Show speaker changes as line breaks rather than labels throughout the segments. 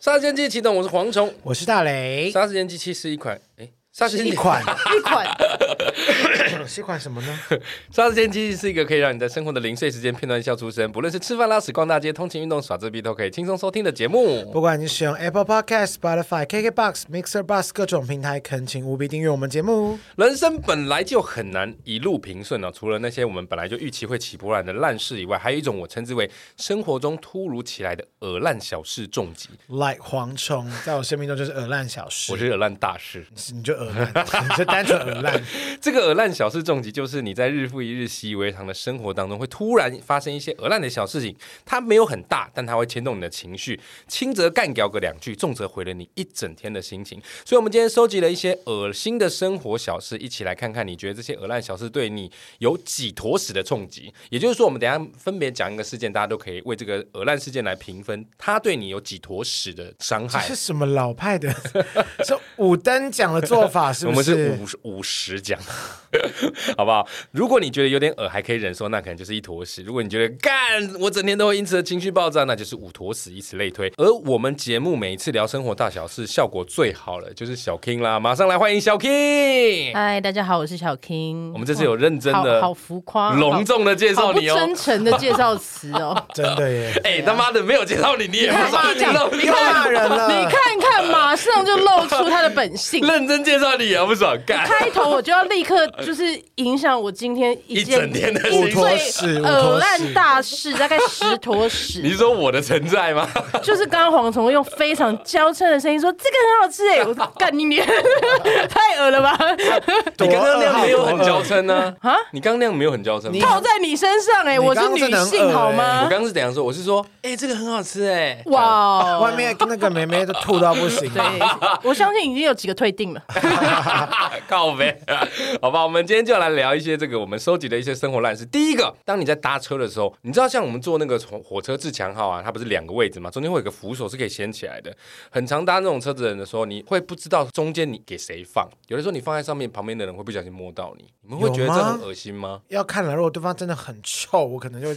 杀时间机器启动，我是蝗虫。
我是大雷，
杀时间机器是一款，哎，杀时
是
间
一
机
款
一款
是一款什么 呢？
杀时间机器是一个可以让你在生活的零碎时间片段笑出声，不论是吃饭、拉屎、逛大街、通勤、运动、耍自闭，都可以轻松收听的节目。
不管你使用 Apple Podcast、Spotify、KKBox、Mixer、Bus 各种平台，恳请务必订阅我们节目。
人生本来就很难一路平顺哦，除了那些我们本来就预期会起波澜的烂事以外，还有一种我称之为生活中突如其来的耳烂小事重击，
Like 蝗虫，在我生命中就是耳烂小事，
我是耳烂大事。
你就耳烂， 你就单纯耳烂。
这个耳烂小事重疾，就是你在日复一日习以为常的生活当中，会突然发生一些耳烂的小事情。它没有很大，但它会牵动你的情绪，轻则干掉个两句，重则毁了你一整天的心情。所以，我们今天收集了一些恶心的生活小事，一起来看看，你觉得这些耳烂小事对你有几坨屎的冲击？也就是说，我们等一下分别讲一个事件，大家都可以为这个耳烂事件来评分，它对你有几坨屎的伤
这
害
是。什么老派的？是五灯奖的做 法是
我
不
们
是。
是？五十五十讲， 好不好？如果你觉得有点恶还可以忍受，那可能就是一坨屎；如果你觉得干，我整天都会因此而情绪爆炸，那就是五坨屎，以此类推。而我们节目每一次聊生活大小事，效果最好了，就是小 King 啦，马上来欢迎小 King。
嗨，大家好，我是小 King。
我们这次有认真
哎好
的、
好浮夸，
隆重的介
好
绍
不
你哦。
真诚的介绍词 哦
真的耶，
哎、他妈的没有介绍你，你也不知道，
你看
你
你又骂人
你
了。
看看，马上就露出他的 本性。
认真介绍你也不爽，干。
开头我就要立刻就是影响我今天
一
件
整天的
一
事情
五坨屎
最耳烂大事，大概十坨屎。
你是说我的存在吗？
就是刚刚蝗虫用非常娇嗔的声音说：“这个很好吃 哎！”我说：“干你娘，太恶了吧！
你刚刚那样没有很娇
娇，
嗔 呢？啊？你刚刚那样没有很娇嗔吗？
你
套在你身上哎，
你
我
刚
是
刚
女
真的很恶
性
欸
好
我
吗
刚刚是怎样说？我是说，哎、这个很好吃哎、？”
哇哦，
外面那个妹妹都吐到不行。
对，我相信已经有几个退订了。
靠呗，好吧，我们今天就来聊一些这个我们收集的一些生活烂事。第一个，当你在搭车的时候，你知道像我们坐那个从火车自强号啊，它不是两个位置嘛，中间会有个扶手是可以掀起来的。很常搭那种车子的人的时候，你会不知道中间你给谁放，有的时候你放在上面，旁边的人会不小心摸到你，你们会觉得
有吗
这很恶心吗？
要看了，如果对方真的很臭，我可能就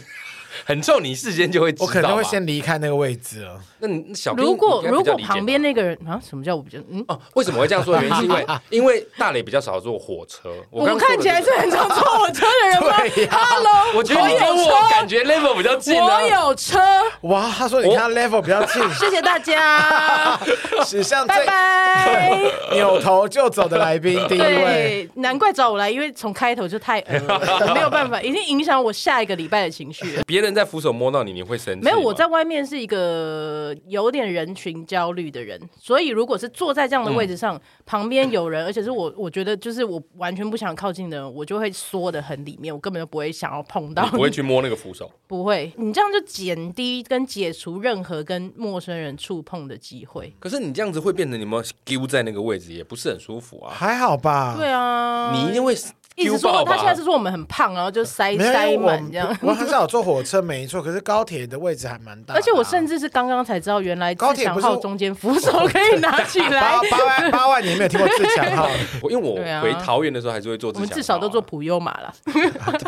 很臭，你事先就会知道
我
吧。
可能会先离开那个位置了。
那你那小兵
如果
你应该比
如
较
果
理解吧
旁边那个人啊，什么叫我比较嗯？
哦，为什么会这样说？原因是因为因为大磊比较少坐火车，
我
刚刚说
看
的
起来
就是
很常坐我车的人
对
吗
呀
？Hello，
我觉得你跟
有
我感觉 level 比较近
车，
啊
我。有车，
哇，他说你
哦
看他 level
。
比较近，
谢谢大家，
史上
拜
最
拜。
扭头就走的来宾第一位。
对，难怪找我来，因为从开头就太恶了，没有办法，已经影响我下一个礼拜的情绪了
别人在扶手摸到你，你会生气吗？
没有，我在外面是一个有点人群焦虑的人，所以如果是坐在这样的位置
嗯
上，旁边有人，而且是我，我觉得就是我完全不想靠近的人，我就会缩的很里面，我根本就不会想要碰到
你不会去摸那个扶手。
不会，你这样就减低跟解除任何跟陌生人触碰的机会。
可是你这样子会变成你们丢在那个位置，也不是很舒服啊。
还好吧，
对 啊，
你一定会
一直
丢
说
爆
他
吧
现？在是说我们很胖，然后就塞
没有因
塞
为我
满这样
们。我很少坐火车，没错，可是高铁的位置还蛮大的啊，
而且哎我甚至是刚刚才知道，原来
高
自
铁不
强
是
号中间扶手可以拿起来
八。八万八万年没有听过自强 号，
我因为我
对啊
回桃园的时候还是会坐自
我
强
们
号啊，
至少都坐普悠玛了，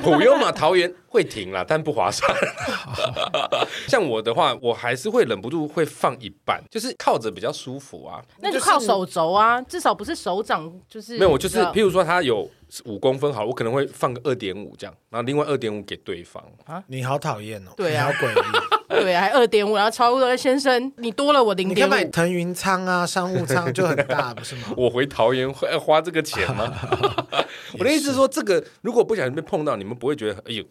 普悠玛桃园会停啦， 但不划 算。像我的话，我还是会忍不住会放一半，就是靠着比较舒服啊。
那
就
就是靠手肘啊，至少不是手掌，就是
没有，我就是
你知道
譬如说它有五公分好，我可能会放个二点五这样，然后另外二点五给对 方。
你好讨厌哦，
对啊
你好诡异。
对啊，还二点五，然后超过了先生，你多了我零
你可以
点
买
五，
腾云舱啊，商务舱就很大，不是吗？
我回桃园会要花这个钱 吗？我的意思是说，这个如果不小心被碰到，你们不会觉得哎呦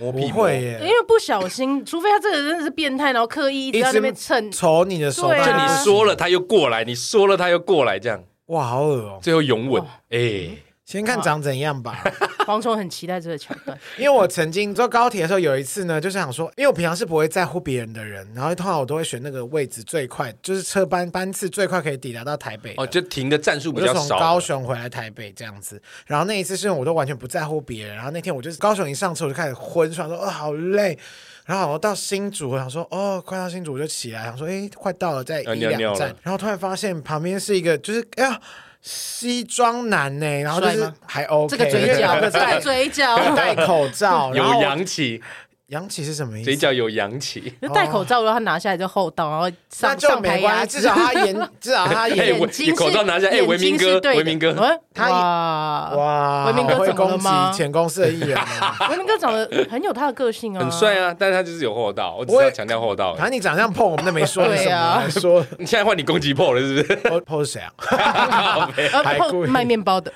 摸
不
屁股，
会
因
耶，
为不小心， 除非他这个人真的是变态，然后刻意一直在那边蹭，
瞅你的手
对
腕，
啊
就你说了他又过来，你说了他又过来，这样
哇，好恶哎哦。
最后拥吻，哎、
先看长怎样吧。
蝗虫很期待这个桥 段，
因为我曾经坐高铁的时候，有一次呢，就是想说，因为我平常是不会在乎别人的人，然后通常我都会选那个位置最快，就是车班班次最快可以抵达到台北的。
哦，就停的战术
我
比
就
较
从
少。
高雄回来台北这样子，然后那一次是我都完全不在乎别人，然后那天我就是高雄一上车我就开始昏睡，说哦好累，然后我到新竹，我想说哦快到新竹我就起来，想说哎快到了，在
要
一
呃尿尿
两站
了，
然后突然发现旁边是一个就是哎呀西装男呢、然后就
帅
是
吗
还 OK，
这个嘴
因为
角，
他
这
戴
个嘴角，
戴口罩，
有
然后我
扬起，
扬起是什么意
嘴
思？
角有扬起。
就戴口罩，然后他拿下来就厚道，然后
那
上
就
上
没
排
关
牙
系，
齿
至。少他眼，至少他
哎
眼
我
眼睛
你口
是
罩拿下哎
眼
维明
睛是
哥
对的
维明哥
嗯
他也
哇，
哇，
文明哥
我会
怎么
攻
了
击
吗
前公司的啊议员呢。
维明哥长得很有他的个性啊，
很帅啊，但是他就是有厚道，我只是
我也
要强调厚道
反。正你长相碰我们都没说你什
对啊
么，还说
你现在换你攻击破了，是不 是？
碰碰是谁啊？
呃，
排
碰
骨
卖面包的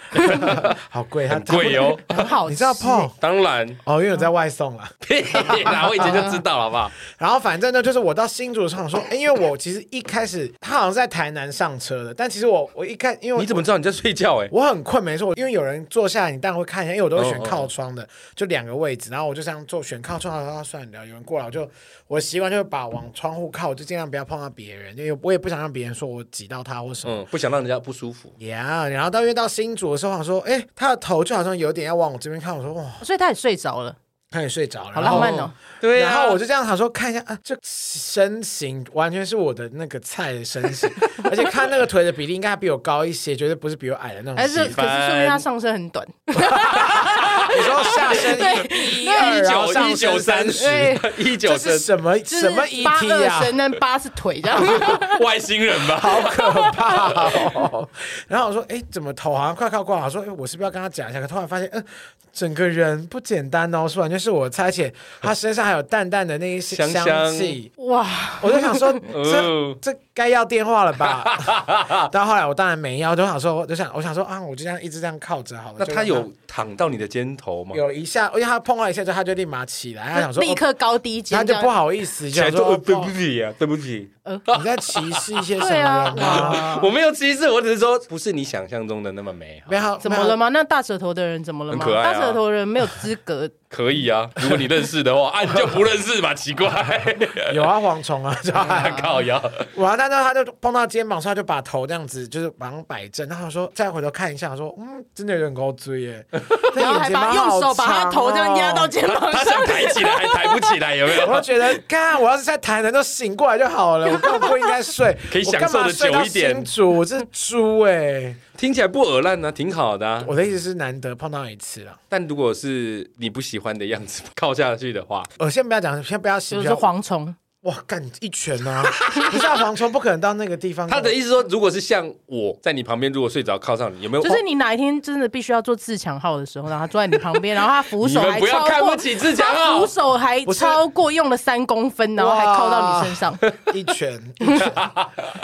好贵，他
很贵哦，
很好吃，
你知道碰
当 然，
哦，因为我在外送啦。
屁啦，我以前就知道了，好不好？
然后反正呢，就是我到新竹的时候，我说，哎，因为我其实一开始他好像是在台南上车的，但其实我我一开，因为
你
我
怎么知道你在睡觉？哎，
我很困，没错，因为有人坐下来，你当然会看一下，因为我都会选靠窗的，就两个位置，然后我就这样坐选靠窗，然后算了，有人过来，我就我习惯就是把往窗户靠，我就尽量不要碰到别人，因为我也不想让别人说我挤到他或什么。
嗯，不想让人家不舒服。
呀、然后到因为到新竹的时候，我想说，哎，他的头就好像有点要往我这边看，我说哇，
所以他也睡着了，
他也睡着了，
好
然后
浪漫哦。
对啊，
然后我就这样想说，看一下啊，这身形完全是我的那个菜的身形， 而且看那个腿的比例，应该还比我高一些，绝对不是比我矮的那种
还
型。
是可是说明他上身很短，
你说下身
对
一
对
二，然后
一九
上
哦一九
身
三
30
十
对，
一九
这
三
是什么
就
什
是
么一
八
T
二
啊？
神那八是腿这样，
外星人吧？
好可怕、哦！然后我说，哎，怎么头好像快靠过来？我说，哎，我是不是要跟他讲一下？可突然发现，嗯、整个人不简单哦，是完全是我猜，而且他身上还有淡淡的那一些
香
香
香
气。
哇，
我 就想说，
哦
这这该要电话了吧？ 但后来我当然没要，我就想说，我就想，我想说啊，我就这样一直这样靠着好了。
那
就
他
让
有躺到你的肩头吗？
有一下，因为他碰到一下之后，他就立马起来，他想说，
立
哦
刻高低肩
他
这
就
样，
不好意思，
起
就
来
想说
说、
哦
呃对
不
不
好
起啊，对不起，
你在歧视一些什么
对啊
人，吗？
哇
我没有歧视，我只是说不是你想象中的那么美好。
没有，
怎
没
么
有
了？吗？那大舌头的人怎么了吗？
很可爱啊
大舌头人没有资格，
可以啊，如果你认识的话， 啊，你就不认识 嘛，奇怪，
有啊，蝗虫 啊，是吧？
靠腰。
我要，但是他就碰到肩膀，所以他就把头这样子，就是往上摆正。然后我说再回头看一下，我说嗯，真的有点高追 耶。 那
然后
眼
还
睫毛
把用手把他
好长哦
头这样压到。肩膀
他
上，
想抬起来还抬不起来，有没
我就
有？
觉得，看我要是在台南都醒过来就好 了，我根本不应该睡，
可以享受得久一点
我干嘛睡到新竹，我是猪哎！
听起来不耳烂呢，挺好的啊。
我的意思是难得碰到一次啊。
但如果是你不喜欢的样子靠下去的话，
我呃先不要讲，先不要醒，不
就是
要
蝗虫，
哇，干一拳啊！不是啊，蝗虫不可能到那个地 方。
他的意思说，如果是像我在你旁边，如果睡着靠上你，有没有？哦
就是你哪一天真的必须要做自强号的时候，然后他坐在你旁边，然后他扶
你
手
们
还
不要
超
看不
过，
起自强
他扶
哦。
手还
不是
超过用了三公分，然后还靠到你身上。
一拳，一拳。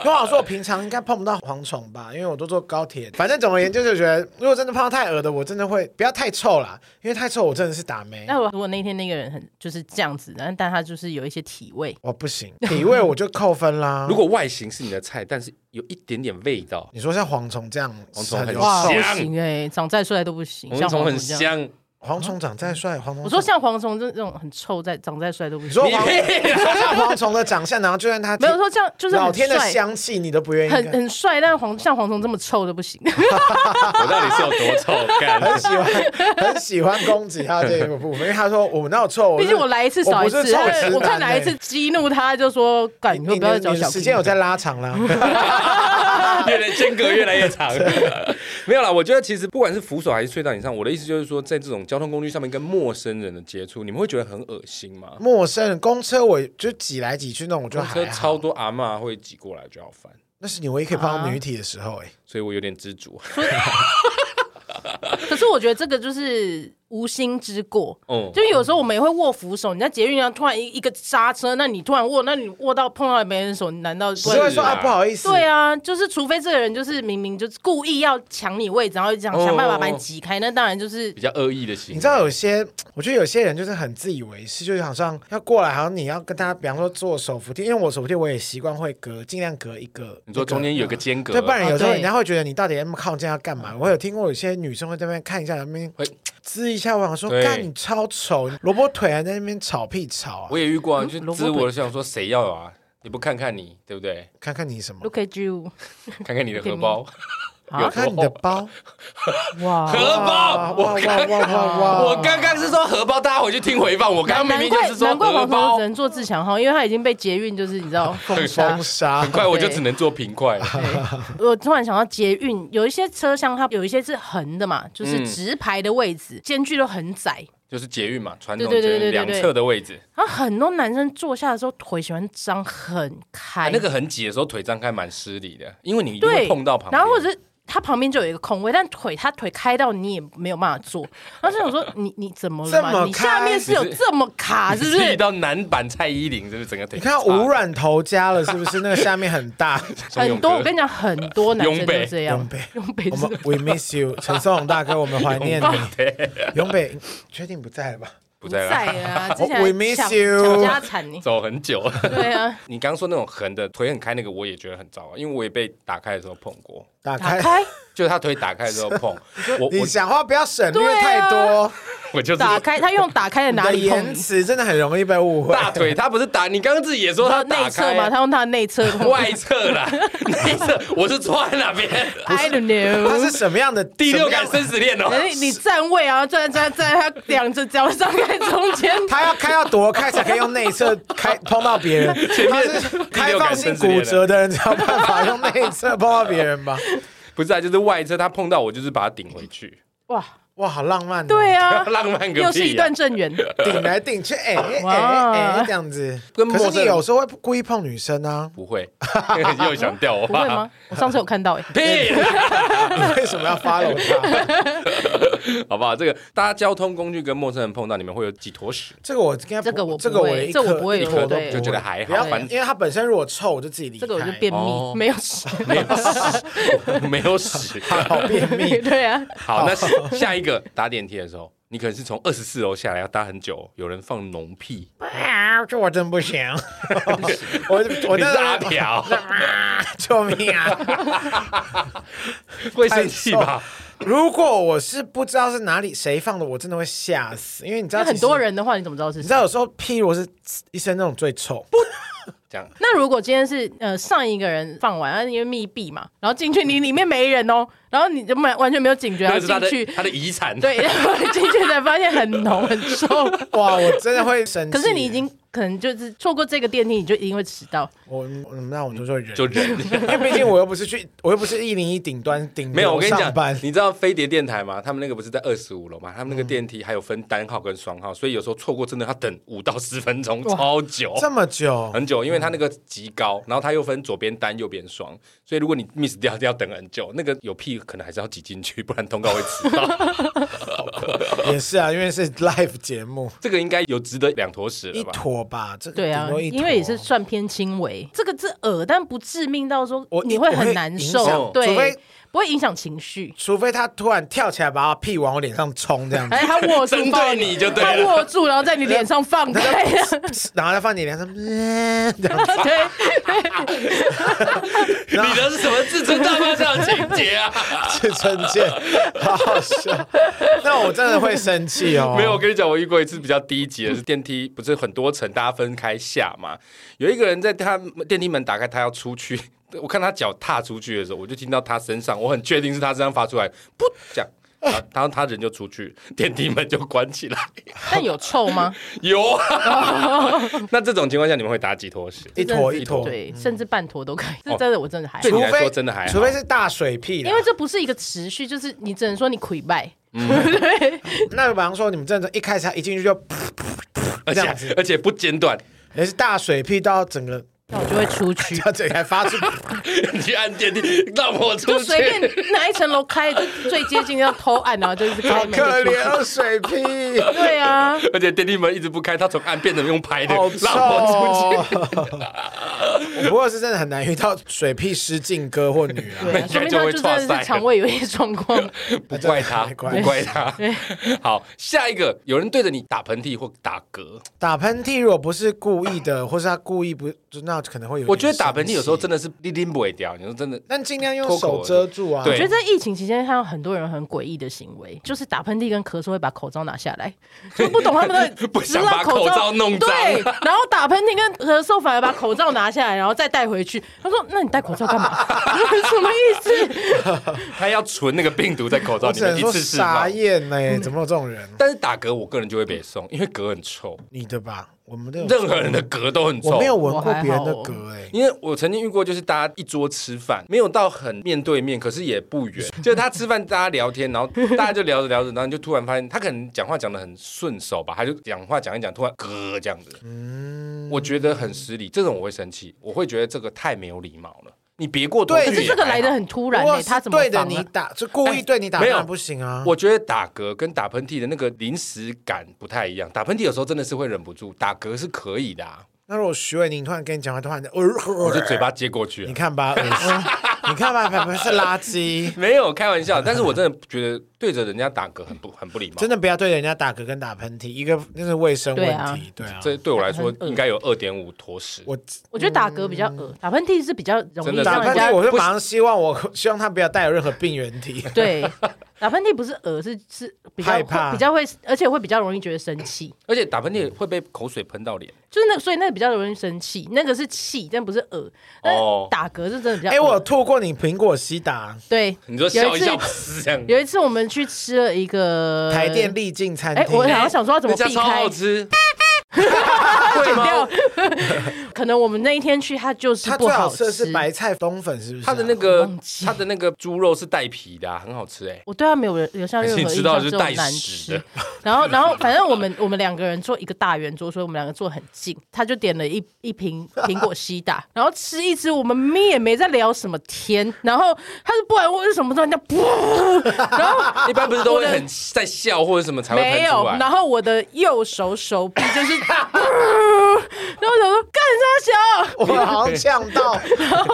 因为我说我平常应该碰不到蝗虫吧，因为我都坐高铁。反正总而言之，就觉得如果真的碰到太恶的，我真的会不要太臭啦，因为太臭我真的是打没。
那我如果那天那个人很就是这样子，但但他就是有一些体味，
我不行， 体味我就扣分啦。
如果外形是你的菜，但是有一点点味道，
你说像蝗虫这样，
蝗虫很
有
哇，
臭
香
不行哎、长再帅都不行，像
蝗
蝗虫
虫很
这样。
香。
蝗虫长 再帅，蝗虫
我说像蝗虫这种很臭再长再帅都不
你
行
说，
你
蝗你说像蝗虫的长相，然后就算他
没有说像就是
老
很
天的
帅，
香气，你都不愿意
很
看。
很帅，但蝗像蝗虫这么臭都不行。
我到底是有多 臭？干
很喜欢，很喜欢攻击他这一部分，因为他说我们哪有臭，
毕
是
竟我来一次少一
我
次，
不是臭
他
直男
我看哪一次
欸
激怒他就说，干
你
以后不要再
你的
找
你的
小
时
平
间有在拉长啦。
越来间隔越来越长。 没有啦，我觉得其实不管是扶手还是睡到你上，我的意思就是说，在这种交通工具上面跟陌生人的接触，你们会觉得很恶心吗？
陌生人公车，我就挤来挤去那种，我就
公
还
车
好
超多阿嬷会挤过来就要烦，
那是你唯一可以碰到
啊
女体的时候、欸，哎、
所以我有点知足。
可是我觉得这个就是无心之过。
嗯，
就有时候我们也会握扶手，你在捷运上突然一一个刹车，那你突然握，那你握到碰到别人的手，你难道
只
不
是
是
啊
会说啊不好意思，
对啊，就是除非这个人就是明明就是故意要抢你位置，然后想
哦
想办法把你挤开，那当然就是
比较恶意的行为。
你知道有些，我觉得有些人就是很自以为是，就是好像要过来，好像你要跟他，比方说坐手扶梯，因为我手扶梯我也习惯会隔，尽量隔一个。
你说中间有个间隔，
对，不然有时候
啊对
人家会觉得你到底那么靠近要干嘛？我有听过有些女生会在那边看一下，在那边
啊会
滋一下，我想说，
对
干你超丑，萝卜腿还在那边吵屁吵啊
我！也遇过、啊，就
嗯萝卜
滋我的想说谁要啊？你不看看你，对不对？
看看你什么？
look at you，
看看你的荷包，
啊
有
看你
多
的
厚
包，
哇，
哦 荷包
哇，
我
哇哇哇哇！
我刚刚是说荷包，大家回去听回放。我刚刚明
难
明就
怪
是说
难怪
荷
黄头
包
只，能做自强号，因为他已经被捷运就是你 知道封杀
封。杀
很。快我就只能做平快。
我突然想到捷运有一些车厢，它有一些是横的嘛，就是
嗯
直排的位置，间距都很窄。
就是捷运嘛，传统
对对
捷
对
运
对对
两
对
侧的位置，
然后很多男生坐下的时候腿喜欢张很开，
哎那个很挤的时候，腿张开蛮失礼的，因为你一定
对
会碰到旁边。
然后或者是他旁边就有一个空位，但腿他腿开到你也没有办法坐。然后就 想说你你怎么了
这
嘛？
么
你下面是有
开
这么卡是不
你是遇
是？
到男版蔡依林，是不是整个腿？
你看到无染头家了是不是？那个下面很大。
松永
很
哥
哎多我跟你讲，很多男生
永
都
北
这
永
样。
北，
用北
我
是
们 we miss you，陈松勇大哥，我们怀念你。永北，确定不在了吧？
不
不
在
在
了，。
了啊，之前
We
还
miss
抢
you
抢家产呢
走很久。
对啊，
你刚刚说那种横的腿很开那个，我也觉得很糟啊，因为我也被打开的时候碰过，
打
打
开，
开
就是他腿打开的时候碰我，
你
我
讲话不要省略
对啊
太多，
我就是
打开，他用打开的
你
哪
的
里碰
言
你？
辞真的很容易被误会。
大腿，他不是打，你刚刚自己也说他打
内侧
开啊
嘛，他用他的内侧碰。
外侧 啦，内侧，我是坐在哪边？
I don't
他
know。
是什么样的
第六感
什么样
生死恋哦，
你你站位啊，站站站，他两只脚张开 中间，
他要开要多开才可以用内侧开碰到别人，他是开放性骨折的人才有办法用内侧碰到别人吧？
不是啊，就是外侧，他碰到我就是把他顶回去，
哇，
哇，好浪漫、哦！
对啊，
浪漫个
又是一
屁啊
段！正缘。
顶来顶去，哎哎
哇
哎哎，这样子。
跟
可
陌
是
生
你
人
有时候会不故意碰女生 啊，
不会，又想掉我
不会
吧？
吗？我上次有看 到哎、
屁！
你为什么要 follow 他？
好不好？这个大家交通工具跟陌生人碰到，你们会有几坨屎？
这个我应该不
这个我不会
这个我一颗
这我不会
一坨都
对
就觉得还
不要
好，
对
反
因为它本身如果臭，我就自己离开。
这个我就便秘，
哦
没有屎。
没有屎，没有 屎。
好便秘。
对 啊，
好，那是下一个搭电梯的时候，你可能是从二十四楼下来，要搭很久，哦有人放浓屁，
啊，这我真不行， 我我
你是阿
那
飘，
救命啊！
会生气吧？
如果我是不知道是哪里谁放的，我真的会吓死，因为你知
那
道
很多
其实，
人的话，你怎么知道是
你
谁
知？道有时候譬如我是一身那种最臭，
这样
那如果今天是呃上一个人放完，啊因为密闭嘛，然后进去你里面没人哦，然后你就完完全没有警觉，然
那
后
是他
进
的
去，
他的遗产。
对，然后进去才发现很浓很臭。
哇，我真的会生气。
可是你已经可能就是错过这个电梯，你就一定会迟到。
我我那我就说人，
就忍。
因为毕竟我又不是去，我又不是一零一顶端顶
没有，我
楼
跟你讲
上班，
你知道飞碟电台吗？他们那个不是在二十五楼吗？他们那个电梯还有分单号跟双号，所以有时候错过真的要等五到十分钟，
哇
超久。
这么 久，
很久，因为它那个极高，然后它又分左边单右边双，所以如果你 miss 掉，要等很久。那个有屁可能还是要挤进去，不然通告会迟到。
也是啊，因为是 live 节目，
这个应该有值得两坨屎了
一
吧？
坨吧，这
对啊
顶多，一坨
因为也是算偏轻微，这个是耳，但不致命到说
我
你
我
很
会
难
影
受，
响除非
对，不会影响情绪。
除非他突然跳起来把他屁往我脸上冲这样子，
哎，他握住
针
抱
对你就对
他
了。
握住，然后在你脸上 放开，
然后再放你脸上，嗯这样子
对，
你的是什么自尊大爆炸的情节啊？
是真见，好好笑。那我真的会生气哦。
没有，我，跟你讲，我遇过一次比较低级的是电梯，不是很多层，大家分开下嘛。有一个人在他电梯门打开，他要出去， 我看他脚踏出去的时候，我就听到他身上，我很确定是他身上发出来，不这样。然后然后他人就出去，电梯门就关起来。
但有臭吗？
有啊，那这种情况下你们会打几坨屎？
一坨一坨，哦
对，甚至半坨都可以。这真的我真的还好
对，
除
你来
非
说真的还好
除非是大水屁啦，
因为这不是一个持续，就是你只能说你溃败。
嗯
那比方说你们真的一开始他一进去就噗，
而
这样子
且而且不间断，
也是大水屁到整个
那我就会出去，
到整个还发出，
你去按电梯让我 出
就
去，
随便哪一层楼开，就最接近要偷按，然后就是开
好
门就
可
出去。
怜哦，水屁，
对 啊，
而且电梯门一直不开，他从按变成用拍的，
好
让我出去。
臭 哦。我不过是真的很难遇到水屁失禁哥或女啊。
对啊，说明他就真的是肠胃有一些状况。
不怪他，
对
不怪他。 好，下一个，有人对着你打喷嚏或打嗝，
打喷嚏如果不是故意的，或是他故意不，就那可能会有。
我觉得打喷嚏有时候真
的，
的是拎拎不会掉，你说真的，
但尽量用
脱口
手遮住啊。
对
我觉得在疫情期间，看到很多人很诡异的行为，就是打喷嚏跟咳嗽会把口罩拿下 来，就不懂他们的
不
只
想
让
把口罩弄脏
对，然后打喷嚏跟咳嗽反而把口罩拿下来，然后再戴回去。他说：“那你戴口罩干嘛？ 什么意 思
他要存那个病毒在口罩
我
里
只能
面一
说
次释放嗯
傻。眼呢、怎么有这种人？
但是打嗝我个人就会被送，因为嗝很臭。
你的吧，我们都有
任何人的嗝都很重。
我没有闻
我
过
还
别人的
好
嗝哎、
因为我曾经遇过，就是大家一桌吃饭，没有到很面对面，可是也不远。 就是他吃饭，大家聊天，然后大家就聊着聊着，然后你就突然发现他可能讲话讲的很顺手吧，他就讲话讲一讲，突然咯这样子。
嗯
我觉得很失礼，这种我会生气，我会觉得这个太没有礼貌了。你别过头
对
去也
可
还好，
是这个来的很突然
如
诶、
果是
他怎么
对的
防
你
啊？
打，就故意对你打，
哎没
当
有
然不行啊。
我觉得打嗝跟打喷嚏的那个临时感不太一样，打喷嚏有时候真的是会忍不住，打嗝是可以的、啊，
那如果徐伟宁突然跟你讲话，突然我
我
我
就嘴巴接过去、
你
啊。
看吧， 恶心你看吧，不是垃圾，
没有开玩笑，但是我真的觉得对着人家打嗝很不很不礼貌，
真的不要对人家打嗝跟打喷嚏，一个那是卫生问题，对啊。
这对我来说应该有二点五坨屎。
我
我觉得打嗝比较恶，打喷嚏是比较
嗯
容
真
易
的
打
让
喷
人
嚏，
家
我会马上希望我希望他不要带有任何病原 体。
对打喷嚏不是恶是是比较
害怕
会比较会，而且会比较容易觉得生气，
而且打喷嚏会被口水喷到脸。
就是那所以那个比较容易生气，那个是气，但不是恶。但是
哦，
打嗝是真的比较恶。
哎，我吐过你苹果西打
对
嗯
你说
有
笑
一
一
次
笑噗这样，
有一次我们去吃了一个
台电，丽镜餐
哎、
厅，
呃我好像想说要怎么
人家
避
超
开
好， 吃，对吗？
可能我们那一天去它就是
它
不
最好
好吃。
吃的是白菜冬粉，是不是啊？
它的那个
忘记
它的那个猪肉是带皮的啊，很好吃哎。
我对他没有留下任何
还是
印象，
你知道是
只有
带
难
屎的
吃。然后，然后，反正我们我们两个人坐一个大圆桌，所以我们两个坐很近。他就点了一一瓶苹果西打，然后吃一支，我们咪也没在聊什么天。然后他就不管我是什么东西，他噗， 然后
一般不是都
啊我
会
的
很在笑或者什么才会喷
没有
出，来？
然后我的右手手臂就是， 然后我想说干啥小。
我好像呛到，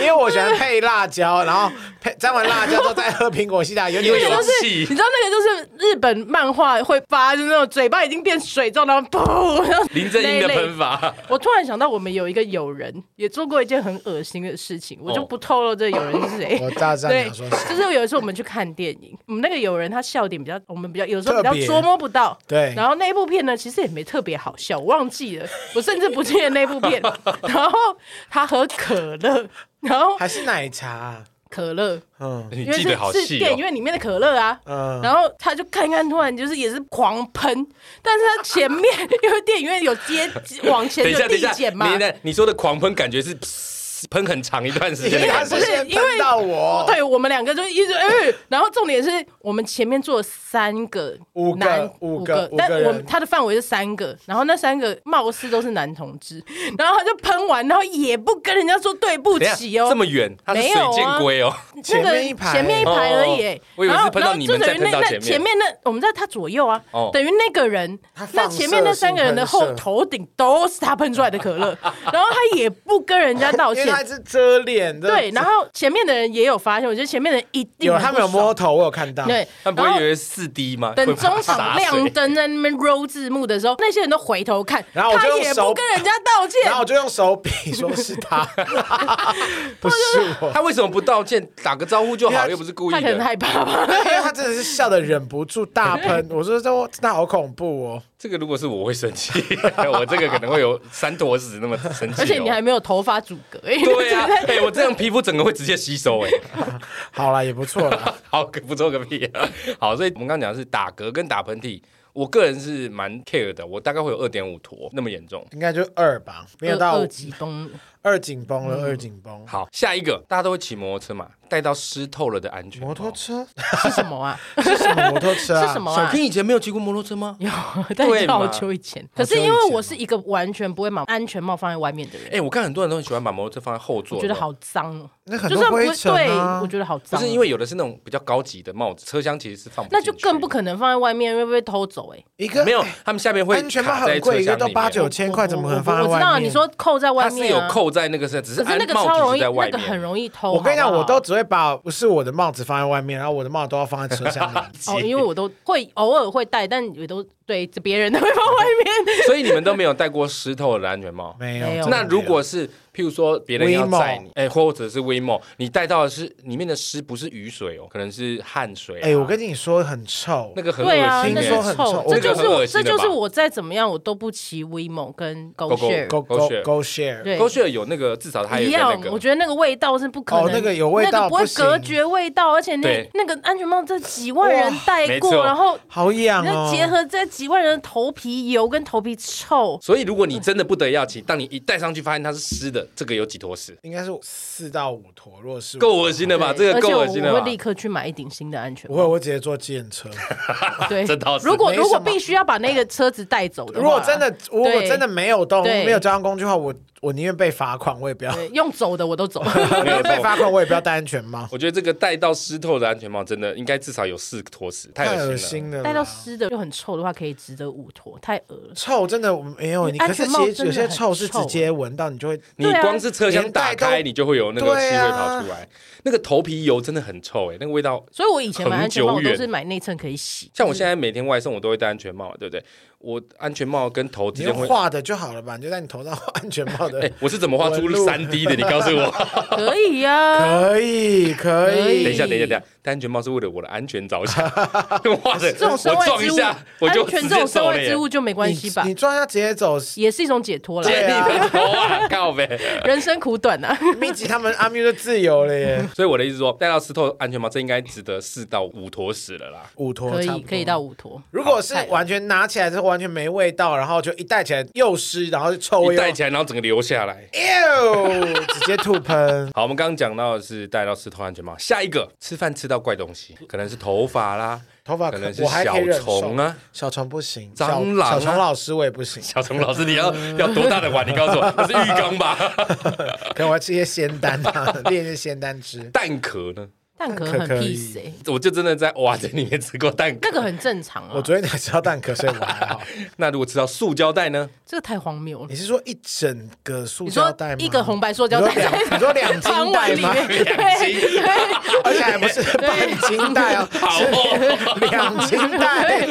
因为我喜欢配辣椒，然后配沾完辣椒之后再喝苹果西 打，有
因为
点
有
那个就是，
气
你知道那个就是日本漫画会发，就是那种嘴巴已经变水状，然后噗，然后
林正英的
那一类
喷法，
我突然想到，我们有一个友人也做过一件很恶心的事情，我就
哦
不透露这个友人是谁。
我大知道你
对
要说谁，
就是有一次我们去看电影，我们那个友人他笑点比较，我们比较有时候比
特
较
别
捉摸不到。
对
然后那部片呢，其实也没特别好笑，我忘记了，我甚至不记得那部 片。然后他喝可乐，然后
还是奶茶，
可乐，
嗯
你
因为
记得好
是是
细
电影
哦。
院里面的可乐啊。
嗯，
然后他就看一看，突然就是也是狂喷，但是他前面 因为电影院有接往前
等一
有
下，等
递
一下，
减嘛，
你的你说的狂喷感觉是噗喷很长一段时间 的
因为他
感觉，
是先喷到我，
对我们两个就一直哎、然后重点是我们前面坐三个
五个
男
五
五
个五个
但我
人
们他的范围是三个，然后那三个貌似都是男同志， 然后他就喷完，然后也不跟人家说对不
等一下
起哦，
这么远，它是水箭龟哦，
那
前
个
面一排，
前面一排而已、
哦我以为
然后
是喷到
然后
你
就
们
等于
再喷到
那那
前面
前面那我们在他左右啊，
哦
等于那个人
他放
那前面那
射性
三个人的
喷射
后头顶都是他喷出来的 可乐，然后他也不跟人家道
因为
歉。
他是遮脸的，
对，然后前面的人也有发现，我觉得前面的人一定
有
很
他
不
们有
爽
摸头，我有看到，
对，
他不
然
会
后
以为四 D 吗？
等
会
中场
洒水
亮灯在那边 roll 字幕的时候，那些人都回头看，
然后我就
他
用
也
手
不跟人家道歉
然，后我就用手比说是 他，不是我。
他为什么不道歉？打个招呼就
因为
好，
他
又不是故意
他可能
的。
害怕吧。
因为他 真的是哦笑的忍不住大 喷，我说这真的好恐怖哦！
这个如果是我会生气， 我这个可能会有三坨屎那么生气哦。
而且你还没有头发阻隔，因为
对啊，
就是
哎，我这样皮肤整个会直接吸收哎。
好啦，也不错啦。
好，不做个屁、啊。好，所以我们刚刚讲的是打嗝跟打喷嚏，我个人是蛮 care 的，我大概会有二点五坨那么严重。
应该就二吧，没有到
二嗯级崩，
二紧绷了，二紧绷。
好，下一个大家都会骑摩托车嘛，带到湿透了的安全帽
摩托车
是什么 啊？
哦是什么摩托车啊？
是什么
小
啊？
K 以前没有骑过摩托车吗？
有，但
对
是好
嘛
久以前。
好
可是
久
因
以
为
前
我是一个完全不会把安全帽放在外面的人，
哎、我看很多人都很喜欢把摩托车放在后座，
我觉得好脏哦。
那很
就
多
算不
灰尘
对，
啊
我觉得好
有没有。
脏。哦
不是因为有的是那种比较高级的帽子，车厢其实是放不
那就
进去
更不可能放在外面，因为会被偷走哎。
一个
没有，他们下面会
安全帽
卡在
很贵，
车
一个
厢
都
里面
八九千块，哎怎么可能放在
我
外面？
知道啊你说扣在外
它是
面
有
啊，
扣在那个是，只是
可是那
安
个
帽
超
子
容
是
易，
在
那
外
个很
面。
容易偷。
我跟你
哦好
讲，
不好
我都只会把不是我的帽子放在外面，然后我的帽子都要放在车厢里。
哦，因为我都会偶尔会戴，但也都对别人都会放外面。
所以你们都没有戴过湿透的安全帽？
没有
没有
真的
那如果是譬如说别人要
Waymo
载你，哎、或者是 Waymo，你带到的是里面的湿不是雨水哦，可能是汗水、啊。
哎，我跟你说很臭，
那个很恶
对
心、
啊，
欸，
那
听说
个
很
臭
臭，
这
这
就
个
是
很
我，
恶心
这
的
就是
吧
我再怎么样我都不骑 WeMo 跟
GoGo
GoShare。
Go Go
Go share
Go Share，
对
狗血有有那个，至少它有
一
一个
样
那，个
我。觉得那个味道是不可能，
哦那个有味道
那个不会
不行
隔绝味道，而且那
对
那个安全帽这几万人
哇
戴
没
过，
错
然后
好痒
你
哦
再！结合这几万人的头皮油跟头皮臭，
所以，如果你真的不得要请，当你一戴上去发现它是湿的，这个有几坨 屎，
应该是四到五坨，如果是我
够恶心了吧？这个
对
够恶心
而且
了
我
吧
会？立刻去买一顶新的安全
不
帽。
会，我直接坐计程 车。
对，
这倒是
如果
没
如果
什么
必须要把那个车子带走的话，
如果真的，如果
对
真的没有动物，
对
没有交通工具的话，我我宁愿被罚款，我也不 要
对用走的我都走。
没有
被
错
罚款，我也不要戴安全帽，
我觉得这个戴到湿透的安全帽，真的应该至少有四坨屎， 太
太恶
恶
心
了。
了啦。
带到湿的又很臭的话，可以值得五坨，太恶了。
臭真的没有你，
安
可
全
是
帽
其实有
真的
些
很
臭是直
臭
接闻到，你就会
你
对啊
光是车厢打
连带
开，
都
你就会有那个气
对
味
啊
跑出来，那个头皮油真的很臭哎、那个味道
所以我以前买
很
安全帽我
久远
都是买内衬可 以洗，
像我现在每天外送，我都会戴安全帽嘛，对不对？我安全帽跟头之
你
间
用
会，
画的就好了吧？你就在你头上画安全帽
哎、
的，
我是怎么画出
纹路
三 D 的？你告诉 我。
可以呀、
可以可
啊可以
以。
哎等一下，等一下，等一下，戴安全帽是为了我的安全着 想，用画的，
这种身
我
外
撞
之
一
物，
下，我就
安全
直
这
接
种
走
身
了
外之
耶。
物就没关系吧
你？你撞一下直接 走，
也是一种解脱啦，
接
对
你
啊
的头啊， 靠呗！
人生苦短啊。
密集他们阿咪就自由了 耶，
所以我的意思说，戴到石头安全帽，这应该值得四到五坨屎了啦。
五坨
可
差不
以
多
可以到。五坨，
如果是
哦
完全拿起来是完全没味道，然后就一戴起来又湿，然后就臭味
一
又
戴起来，然后整个流下来。
，ew，直接吐 喷。
好，我们刚刚讲到的是戴到石头安全帽，下一个吃饭吃到怪东 西，可能是头发啦，
头发
可能是
我还可以
小
忍受
虫啊，
小虫不行，
蟑
小
螂啊
小虫老师我也 不行，
小虫老师，你要要多大的碗？你告诉我， 那是浴缸吧？
可能我要吃一些仙丹啊， 练一些仙丹汁。
蛋壳呢？
蛋壳
可
很
可以
peace 欸
我就真的在哇这里面吃过蛋
那
壳。
个很正常
我
啊。
昨天才吃到蛋壳，所以我还好。
那如果吃到塑胶袋呢？
这个太荒谬了
你。是说一整个塑
你
胶
说
袋吗？
一个红白塑胶
你
袋
说两你说两
在
斤
盘
袋
碗里
吗？
面，对，
而且还不 是半斤袋哦，
好哦，
是两斤袋，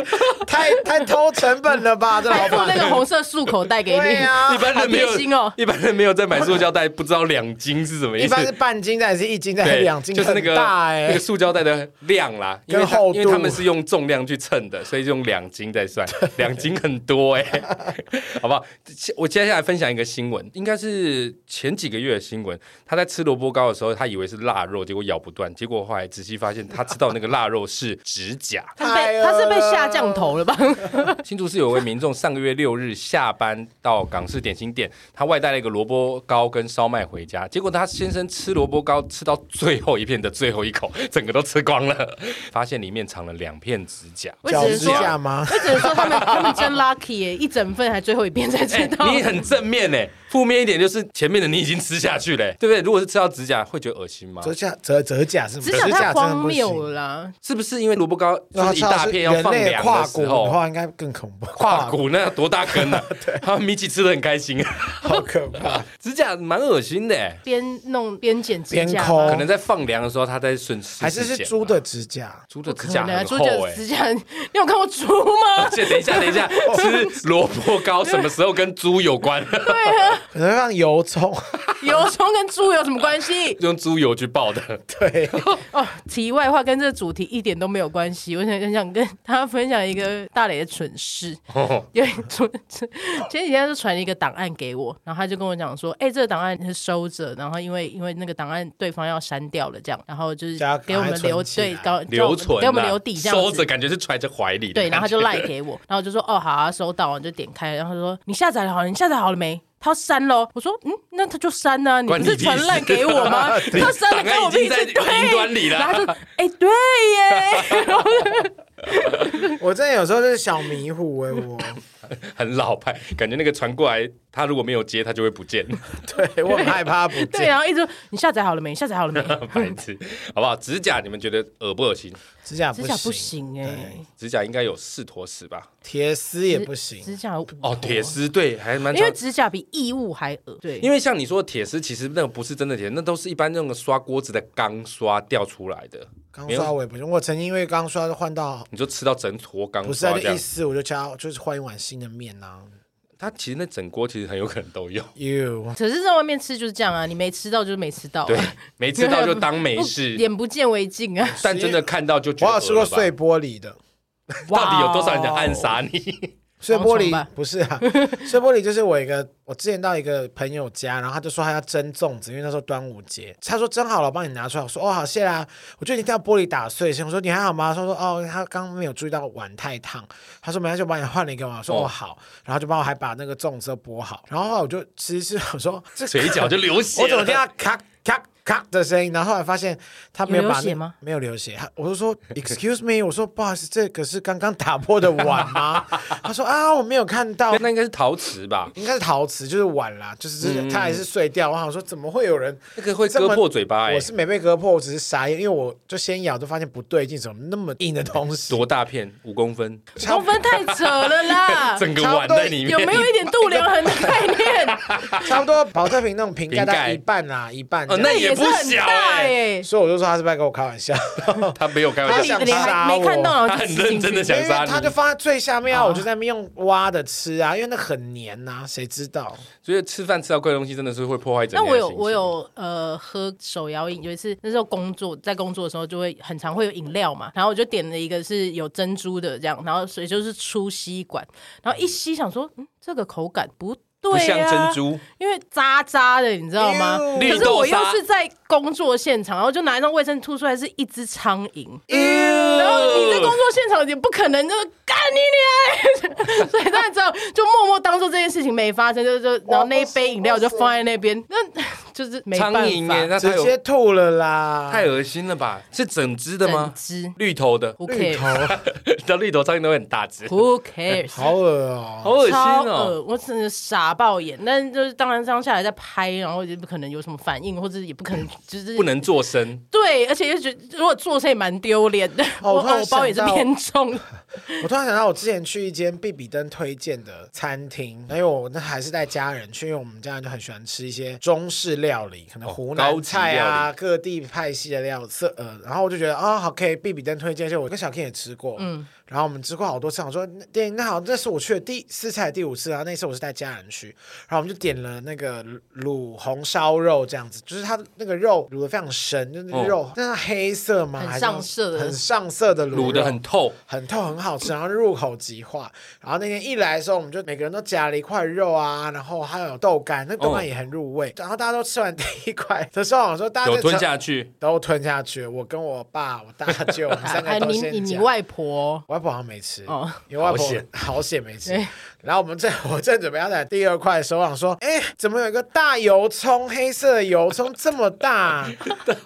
太太偷成本了吧？这老
还做那
板。
个红色束口袋给
对啊
你。
一
呀，
般人没有
好贴心哦
一般人没有在买塑胶袋，不知道两斤是什么意
一
思
般。是半斤袋，还是一斤袋，还
对，
是两斤
就是那
很
个
大哎
那个。塑胶袋的量啦，因为
跟
它
厚度
因为他们是用重量去称的，所以用两斤在算，两斤很多哎、好不好？我接下来分享一个新闻，应该是前几个月的新闻。他在吃萝卜糕的时候，他以为是腊肉，结果咬不断，结果后来仔细发现，他吃到那个腊肉是指甲。
他被他是被下降头了吧？
新竹市有位民众上个月六日下班到港式点心店，他外带了一个萝卜糕跟烧麦回家，结果他先生吃萝卜糕吃到最后一片的最后一口，整个都吃光了， 发现里面藏了两片指甲。
我只
脚
能
指
说，
甲吗？
我只能说他们他们真 lucky 耶，一整份还最后一遍才
哎
知道。
你很正面呢、负面一点就是前面的你已经吃下去了、对不对？如果是吃到指甲，会觉得恶心吗？
折甲折折甲是吗？
只想太
真的
荒
不
谬了
行。
啦！
是不是因为萝卜糕
然
就是一大片要
人
放
类
凉
跨
的
骨
时
的
候？
话，应该更恐怖。
跨骨那多大根呢、啊？ 他们米奇吃的很开心啊，
好可怕！
指甲蛮恶心的、欸。
边弄边剪指甲
边
吗，
抠
可能在放凉的时候，它在顺势
还是是猪的指甲？
猪的指
可
甲
能啊
很
猪
厚
脚
哎、
指甲， 你有看过猪 吗
而？且等一下，等一下，吃萝卜糕什么时候跟猪有关？
对啊，
可能放油葱。
油葱跟猪有什么关系？
用猪油去爆的。
对，
哦，题外话跟这个主题一点都没有关系。我想很想跟大家分享一个大磊的蠢事，
哦
因为昨 前几天他就传了一个档案给我，然后他就跟我讲说，哎、这个档案你是收着，然后因为因为那个档案对方要删掉了，这样，然后就是
加
给我
把它
们
存
留
起来
对搞
留存啊、
给我们留底这样
收着
子。
感觉是揣在怀里的
对，
感觉。
然后他就赖给我，然后我就说哦好啊，收到，我就点开，然后他说你下载了好了，你下载好了没？他要删喽，我说嗯，那他就删啊，你
关
不
你
是
屁
传
事
烂给我 吗？他删
档案
了关我
已经
屁
在
事，对，
云端里了
然后他就哎、对 耶，然后
我真的有时候就是小迷糊哎， 我
很老派，感觉那个传过来，他如果没有接，他就会不见，
对我很害怕不
对，
见
然后一直说你下载好了没？下载好了没？
白痴，好不好？指甲你们觉得恶不恶心？
指甲
指甲不行哎、
指甲应该有四坨屎吧？
铁丝也不行，
指甲有五
哦，
坨
铁，丝对，还蛮
因
常
为。指甲比异物还恶，对，
因为像你说的铁丝，其实那个不是真的铁，那都是一般那种刷锅子的钢刷掉出来的。
刚刷我也不行。我曾经因为刚刷就换到
你就吃到整坨钢
不是
刷
啊，
这
就
样
一，丝，我就加就是换一碗新的面啊。
它其实那整锅其实很有可能都有。
You，
可是在外面吃就是这样啊，你没吃到就是没吃到、啊，
对，没吃到就当没
不
事，
眼不见为净 啊。
但真的看到就觉
我
得
有吃过
恶了吧
碎。玻璃的，
哦
到底有多少人想暗杀你？
碎玻
蝗虫吧
璃不是啊， 碎玻璃就是我一个，我之前到一个朋友家，然后他就说他要蒸粽子，因为那时候端午节，他说蒸好了，我帮你拿出来。我说哦好，谢啦。我就一定要玻璃打碎先，我说你还好吗？他说哦，他刚刚没有注意到碗太烫。他说没关系，我帮你换了一个碗。我说
哦
哦好，然后就帮我还把那个粽子都剥好。然后后来我就其实是想说这
嘴角就流血了。
我怎么听到咔咔咔的声音？然后后来发现他没有把
有流血
那
吗
没有流血，他我就说 Excuse me，我说不好意思，这个是刚刚打破的碗吗？ 他说啊，我没有看到
那。嗯那应该是陶瓷吧？
应该是陶瓷，就是碗啦，就是这个它还是碎掉。我想说，怎么会有人？
那个会割破嘴巴哎、
我是没被割破，我只是傻眼，因为我就先咬，就发现不对劲，怎么那么硬的东西？
哎多大片？五公分，，
五公分太扯了啦
整个碗在里面。
有没有一点度量衡的概念？
差不多保特瓶那种瓶盖
瓶盖
大概一半啦，一半这
哦
样。
那
那
也
也
不
是很
小
大
欸
哎、
所以我就说他是不是在跟我开玩笑？
他没有开
那
玩
你
笑，
想
你
杀
还没看到，然
哎他
后就
很
吃进
认真的
去
想
因
杀
为
你
它就放在最下面啊，我就在那边用挖的吃啊，因为那很黏呐、谁知道？
所以吃饭吃到贵的东西真的是会破坏整
那
天
我
的心
有
情。
我有呃喝手摇饮，有一次那时候工作在工作的时候就会很常会有饮料嘛，然后我就点了一个是有珍珠的这样，然后所以就是出吸管，然后一吸想说，嗯，这个口感不
不
对
像
呀、
珍珠，
因为渣渣的，你知道吗？
哎呦
绿
可是
豆
我又
沙
是在工作现场，然后就拿一张卫生吐出来是一只苍蝇。然
然
后你在工作现场也不可能就是干你娘， 所以大家知道就默默当做这件事情没发生，就就然后那一杯饮料就放在那边，那 就是没办
苍
法。
蝇哎，那
直
太
接
有
吐了啦！
太恶心了吧？是整只的
整
吗？
只
绿头的，
，Who
绿头
cares？Who
那绿头苍蝇都很大只，
cares？
好恶哦、
好恶心
超
哦！
哎恶，我真的傻爆眼。但就是当然当下来在拍，然后也不可能有什么反应，或者嗯也不可能就是
不能做声，
对，而且又觉得如果做事也蛮丢脸的。
哦
我
我突然
偶包也是
想到
偏重，
我突然想到，我之前去一间必比登推荐的餐厅，因为我那还是带家人去，因为我们家人就很喜欢吃一些中式料理，可能
哦
湖
高
南
级
菜
料
啊，各地派系的料色呃，然后我就觉得啊、好可以必比登推荐，而且我跟小 K 也吃过，嗯，然后我们吃过好多次，我说那电影那好，这是我去的第四次还是第五次，然后那次我是带家人去，然后我们就点了那个卤红烧肉这样子，就是它那个肉卤的非常深，就是那个
哦
肉，那、是黑色吗？
很
还是
上色的
很上色的卤
卤的
肉
很透，
很透，很好吃，然后入口即化。然后那天一来的时候，我们就每个人都夹了一块肉啊，然后还有豆干，那豆
哦
干也很入味。然后大家都吃完第一块的时候，我说大家
有
在
吞
吃
下去，
都吞下去。我跟我爸、我大舅，我们三
还
个
有
都
你你
先
你
夹。
外婆
我外婆好像没吃，
哦，
因为外
好
婆
险
好险没吃
对。
然后我们正 我正准备要在第二块的时候，我想说，哎，怎么有一个大油葱，黑色的油葱这 么大？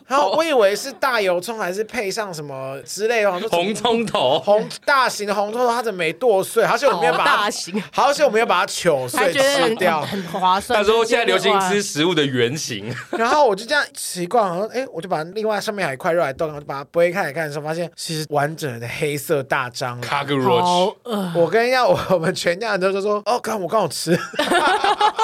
然后我以为是大油葱，还是配上什么之类的，我说怎么
红葱头，
红大型的红豆，它怎么没剁碎？好险我没有把
好大
它，
型
好险我没有把它糗
还
碎
觉得
吃
很
掉。
很很划
他
算。
说现在流行
哇
吃食物的原型，
然后我就这样习惯，好像哎，我就把另外上面还有一块肉来冻，然后就把它剥开来看的时候，发现其实完整的黑色大蟑螂。
卡个 roach，
好饿，
我跟你讲，我我们全家人都说哦，刚我刚好吃，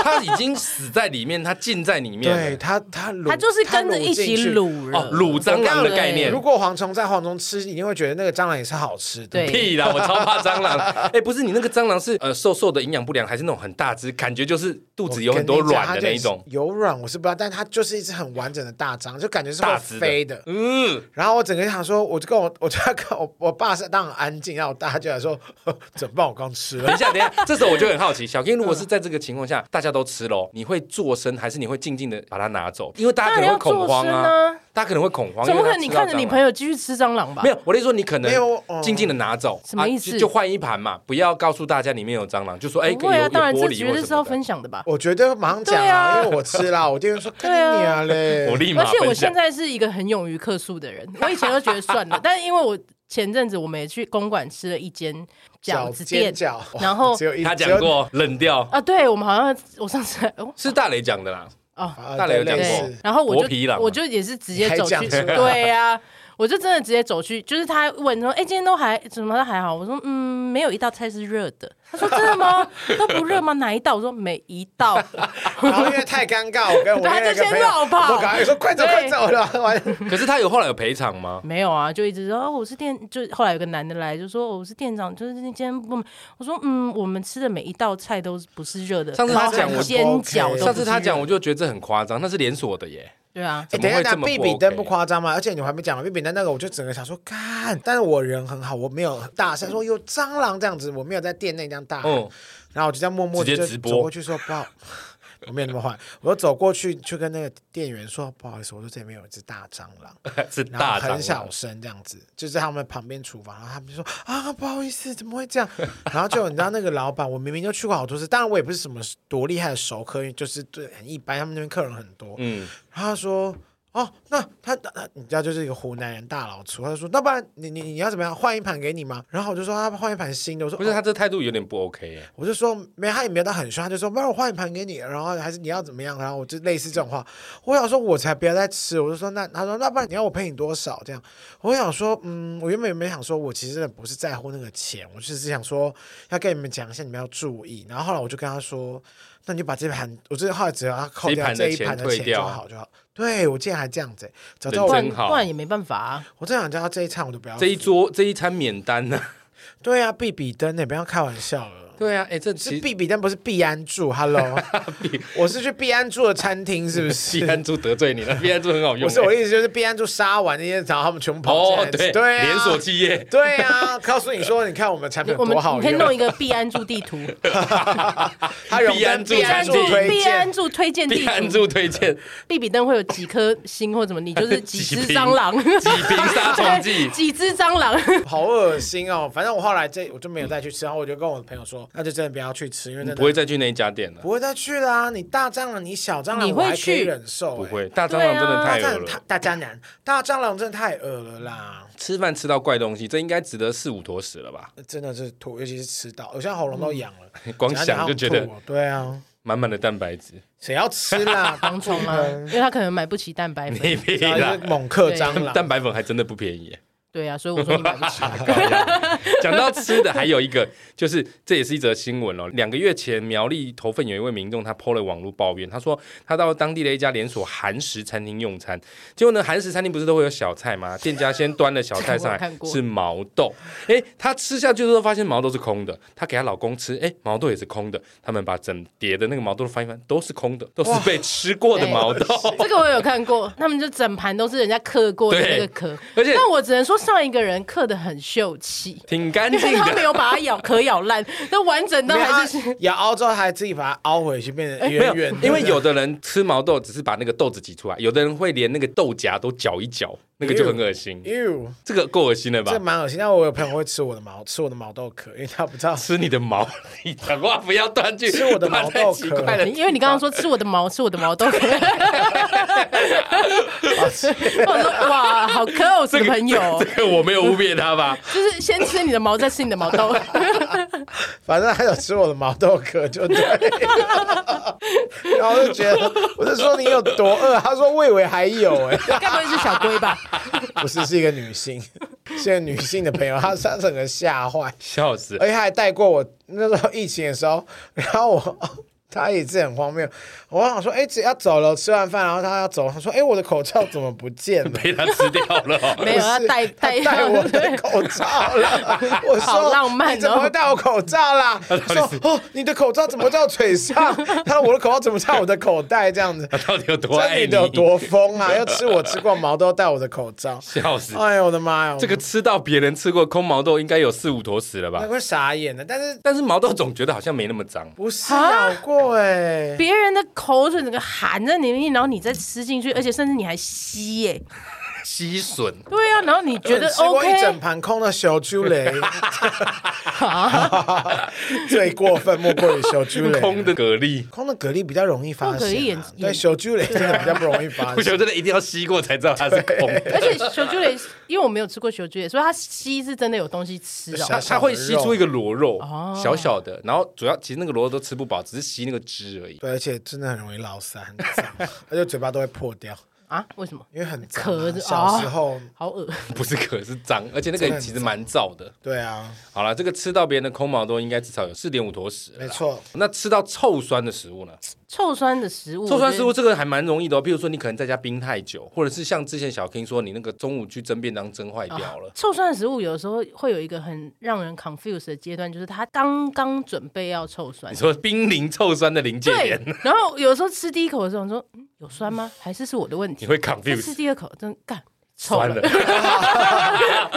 他已经死在里面，他浸在里面
对
了，
他他卤，
他就是跟着一起
卤进去。
卤了
哦，卤蟑螂的概念
如果蝗虫在蝗虫吃，你一定会觉得那个蟑螂也是好吃的。
对
屁啦！我超怕蟑螂。 哎、不是你那个蟑螂是呃瘦瘦的，营养不良，还是那种很大只，感觉就是肚子有很多卵的那一种？
有卵我是不知道，但它就是一只很完整的大蟑，就感觉是
大
会
只的
飞的。
嗯，
然后我整个想说，我就跟我我 就要跟我我爸是当然安静，然后我大舅来说， 呵怎么办？我刚吃
等
了
一。下，等一下，这时候我就很好奇，小 K 如果是在这个情况下，大家都吃喽，你会做声还是你会静静的把它拿走？因为大家
当
可
然
能
要
会
做
恐慌
声
啊，
啊，
大家可能会恐慌。
怎么
因为
可
他
能你
吃到
看着你
蟑螂
朋友继续吃蟑螂吧
没？有，我的意思说你可能
没有哦
静静的拿走，
什么意思
啊就就换一盘嘛，不要告诉大家里面有蟑螂，就说哎，
不会
有
啊，
有
当然
玻
这
璃
绝
或
对
什
是要
么的
分享的吧。
我绝对马上讲啊，
对啊
因为我吃啦， 我店员说看
对啊
你啊嘞，
我立马
而且我
分享
现在是一个很勇于客诉的人，我以前都觉得算了， 但是因为我前阵子我们也去公馆吃了一间饺子
尖
店
角，哇
然后
只有一
他讲
只有
过冷掉，
啊，对我们好像我上次哦
是大雷讲的啦，
哦
啊
大雷有
对
讲
类
过
对
似，
然后我
薄皮
就
狼啊
我就也是直接走
你还
去，
讲出来
对呀、我就真的直接走去，就是他问说，哎、今天都还怎么都还好？我说，嗯，没有一道菜是热的。他说真 的吗？都不热吗？哪一道？我说每一道。
然后因为太尴尬， 我跟我
他就
另外一个
先
朋友，
绕跑
我赶快说快走
对
快走了， 完了
可是他有后来有赔偿吗？
没有啊，就一直说、哦、我是店，就后来有个男的来就说、哦我是店长，就是今天不，我说嗯，我们吃的每一道菜都不是热的。
上次他
然后
讲我
煎饺
对
都
上次
不是
他讲，我就觉得这很夸张，那是连锁的耶。
对啊，
哎，
怎么
等一
会
下，
这
那
么
避
不
比灯
OK？
不夸张吗？而且你还没讲完，避比灯那个，我就整个想说，干！但是我人很好，我没有大声说有蟑螂这样子，我没有在店内这样大喊，
嗯，
然后我就这样默默地
直接
就
直播
走过去说不好， 我没有那么坏，我就走过去去跟那个店员说不好意思，我说这里面有一只大蟑 螂，
是
然后
大
很
蟑
小
螂，
声这样子，就在他们旁边厨房，然后他们就说啊不好意思，怎么会这样？ 然后就你知道那个老板，我明明就去过好多次，当然我也不是什么多厉害的熟客，因为就是对很一般，他们那边客人很多，
嗯，
然后他说：“哦，那他他他你知道就是一个湖南人大老粗，他就说那不然你你你要怎么样换一盘给你吗？”然后我就说：“他啊换一盘新的。”我说：“
不是
哦
他这态度有点不 OK 耶，
我就说没，他也没有到很凶，他就说不然我换一盘给你，然后还是你要怎么样？然后我就类似这种话，我想说我才不要再吃，我就说那他说那不然你要我赔你多少这样？我想说嗯，我原本也没想说我其实真的不是在乎那个钱，我只是想说要跟你们讲一下你们要注意。然后后来我就跟他说，那你就把这盘，我这后来只要他扣掉
这
这
一
一
盘
盘
的
的
钱退
钱
掉
就好就好。对我竟然还这样子、欸，早知
人
道
不
我
然
真好
不然也没办法啊。
我真想叫他这一餐我都不要付。
这一桌这一餐免单呢、
对啊，必比登呢、不要开玩笑了。
对啊，哎、这
是
其实
必比，但不是必安住。Hello，我是去必安住的餐厅，是不是？
避安珠得罪你了，避安珠很好用、
不是 我
哎
的意思，就是必安住杀完那些，然后他们全部跑进
哦
来，吃。
对，
对啊，
连锁企 业，
对啊，告诉你说，你看我们产品
我
有
们
多好
你可以弄
用，
一个必安住地图，
它荣
必安
登
住
必安
餐
住
厅
推
必安
荐。
住推荐
避
地
安
图，
珠推荐
利比灯会有几颗星或怎么，你 就是几
几
只
瓶
蟑螂，
几 瓶杀虫剂
对， 几只蟑螂。
好恶心哦！反正我后来这我就没有再去吃，然后我就跟我的朋友说，那就真的不要去吃，因为真
不会
的
再去那一家店了，
不会再去啦、你大蟑螂，你小蟑螂，
你
我
会
还可以
去
忍受、
不
欸
会，大蟑螂真的
大
太
蟑
恶
螂
了
太。大蟑螂，大蟑螂真的太恶了啦！
吃饭吃到怪东西，这应该值得四五坨屎了吧？
真的是吐，尤其是吃到，我现在喉咙都痒了。
光想就觉得
讲到吐哦对啊，
满满的蛋白质，
谁要吃 啦？
蝗虫啊， 因为他可能买不起蛋白粉，
你屁
然后
啦
就是！猛克蟑 螂，
蛋白粉还真的不便宜耶。
对啊，所以我说你买不起。
讲到吃的，还有一个就是，这也是一则新闻哦。两个月前，苗栗头份有一位民众，他 PO 了网络抱怨，他说他到当地的一家连锁韩食餐厅用餐，结果呢，韩食餐厅不是都会有小菜吗？店家先端了小菜上
我有看
来
过
是毛豆，诶，她吃下去之后发现毛豆是空的，她给她老公吃，诶，毛豆也是空的，他们把整碟的那个毛豆翻一翻，都是空的，都是被吃过的
对
毛 豆，
这个我有看过，他们就整盘都是人家刻过的那个 壳，
而且
但我只能说上一个人刻的很秀气，
挺干
因
净
为他
的
没。有把它咬壳咬烂，那完整的
没有
还 是
它咬凹之后还自己把它凹回去，变成
没
圆
有
圆，的。
因为有的人吃毛豆只是把那个豆子挤出来，有的人会连那个豆荚都搅一搅，那个就很恶心。
哟，
这个够恶心了吧
这？蛮恶心。但我有朋友会吃我的毛，吃我的毛豆壳，因为他不知道。
吃你的毛，你讲话不要断句，
吃我的毛豆壳
断在奇怪的地方
因为你刚刚说吃我的毛，吃我的毛豆 壳，我说哇，好 close 的朋友哦，
这个我没有污蔑他吧？
就是先吃你的毛，再吃你的毛豆，
反正他有吃我的毛豆壳就对了。 然后我就觉得，我就说你有多饿？他说我以为还有哎、
该不会是小龟吧？
不是，是一个女性，是一个女性的朋友，她她整个吓坏。
笑死！
而且他还带过我那时候疫情的时候，然后我他也是很荒谬，我想说，哎、只要走了，吃完饭然后他要走，他说，哎、我的口罩怎么不见了？
被他吃掉了哦，
没有，要带
他
带
带我的口罩 了，我
好
说
浪漫哦
你怎么会戴我口罩 啦？他
到底
说哦，你的口罩怎么在我腿上？ 他说我的口罩怎么在我的口袋 这样子？
他到底有多
这
爱
女
你
的有？多疯啊！要吃我吃过毛豆，戴我的口 罩，
笑死！
哎呦我的妈呀！
这个吃到别人吃过空毛豆，应该有四五坨屎了
那
吧？
会傻眼的，但是
但是毛豆总觉得好像没那么脏，
不是
啊
咬过哎、
别人的口水整个含在里面，然后你再吃进去，而且甚至你还吸耶、
吸吮。
对啊，然后你
呃
觉得
吃过一
OK
整盘空的小猪雷，
啊？
最过分莫过于小猪 雷。
空的蛤 蜊，
空的蛤蜊比较容易发
空的蛤蜊
现、
也
啊，对小猪雷真的比较不容易发
不行，
现。
真的一定要吸过才知道它是空的。
而且小猪蕾，因为我没有吃过小猪蕾，所以它吸是真的有东西吃 哦。
它
小
它
小的
会吸出一个螺肉
哦，
小小的，然后主要其实那个螺肉都吃不饱，只是吸那个汁而已。
对，而且真的很容易老散，很脏而且嘴巴都会破掉，
啊？为什么？
因为很脏啊
壳子
小时候，
好恶！
不是壳是脏，而且那个其实蛮燥的。
对啊，
好了，这个吃到别人的空毛都应该至少有四点五坨屎了啦。
没错，
那吃到臭酸的食物呢？
臭酸的食物，
臭酸食物
我觉
这个还蛮容易的哦，比如说你可能在家冰太久，或者是像之前小 King 说你那个中午去蒸便当蒸坏掉了
得。啊臭酸的食物有时候会有一个很让人 confuse 的阶段，就是它刚刚准备要臭酸
你，说濒临臭酸的临界
对
点，
然后有时候吃第一口的时候，我说、嗯、有酸吗？还是是我的问题？
你会
但吃
confuse
第二口真干臭
酸
了。
了。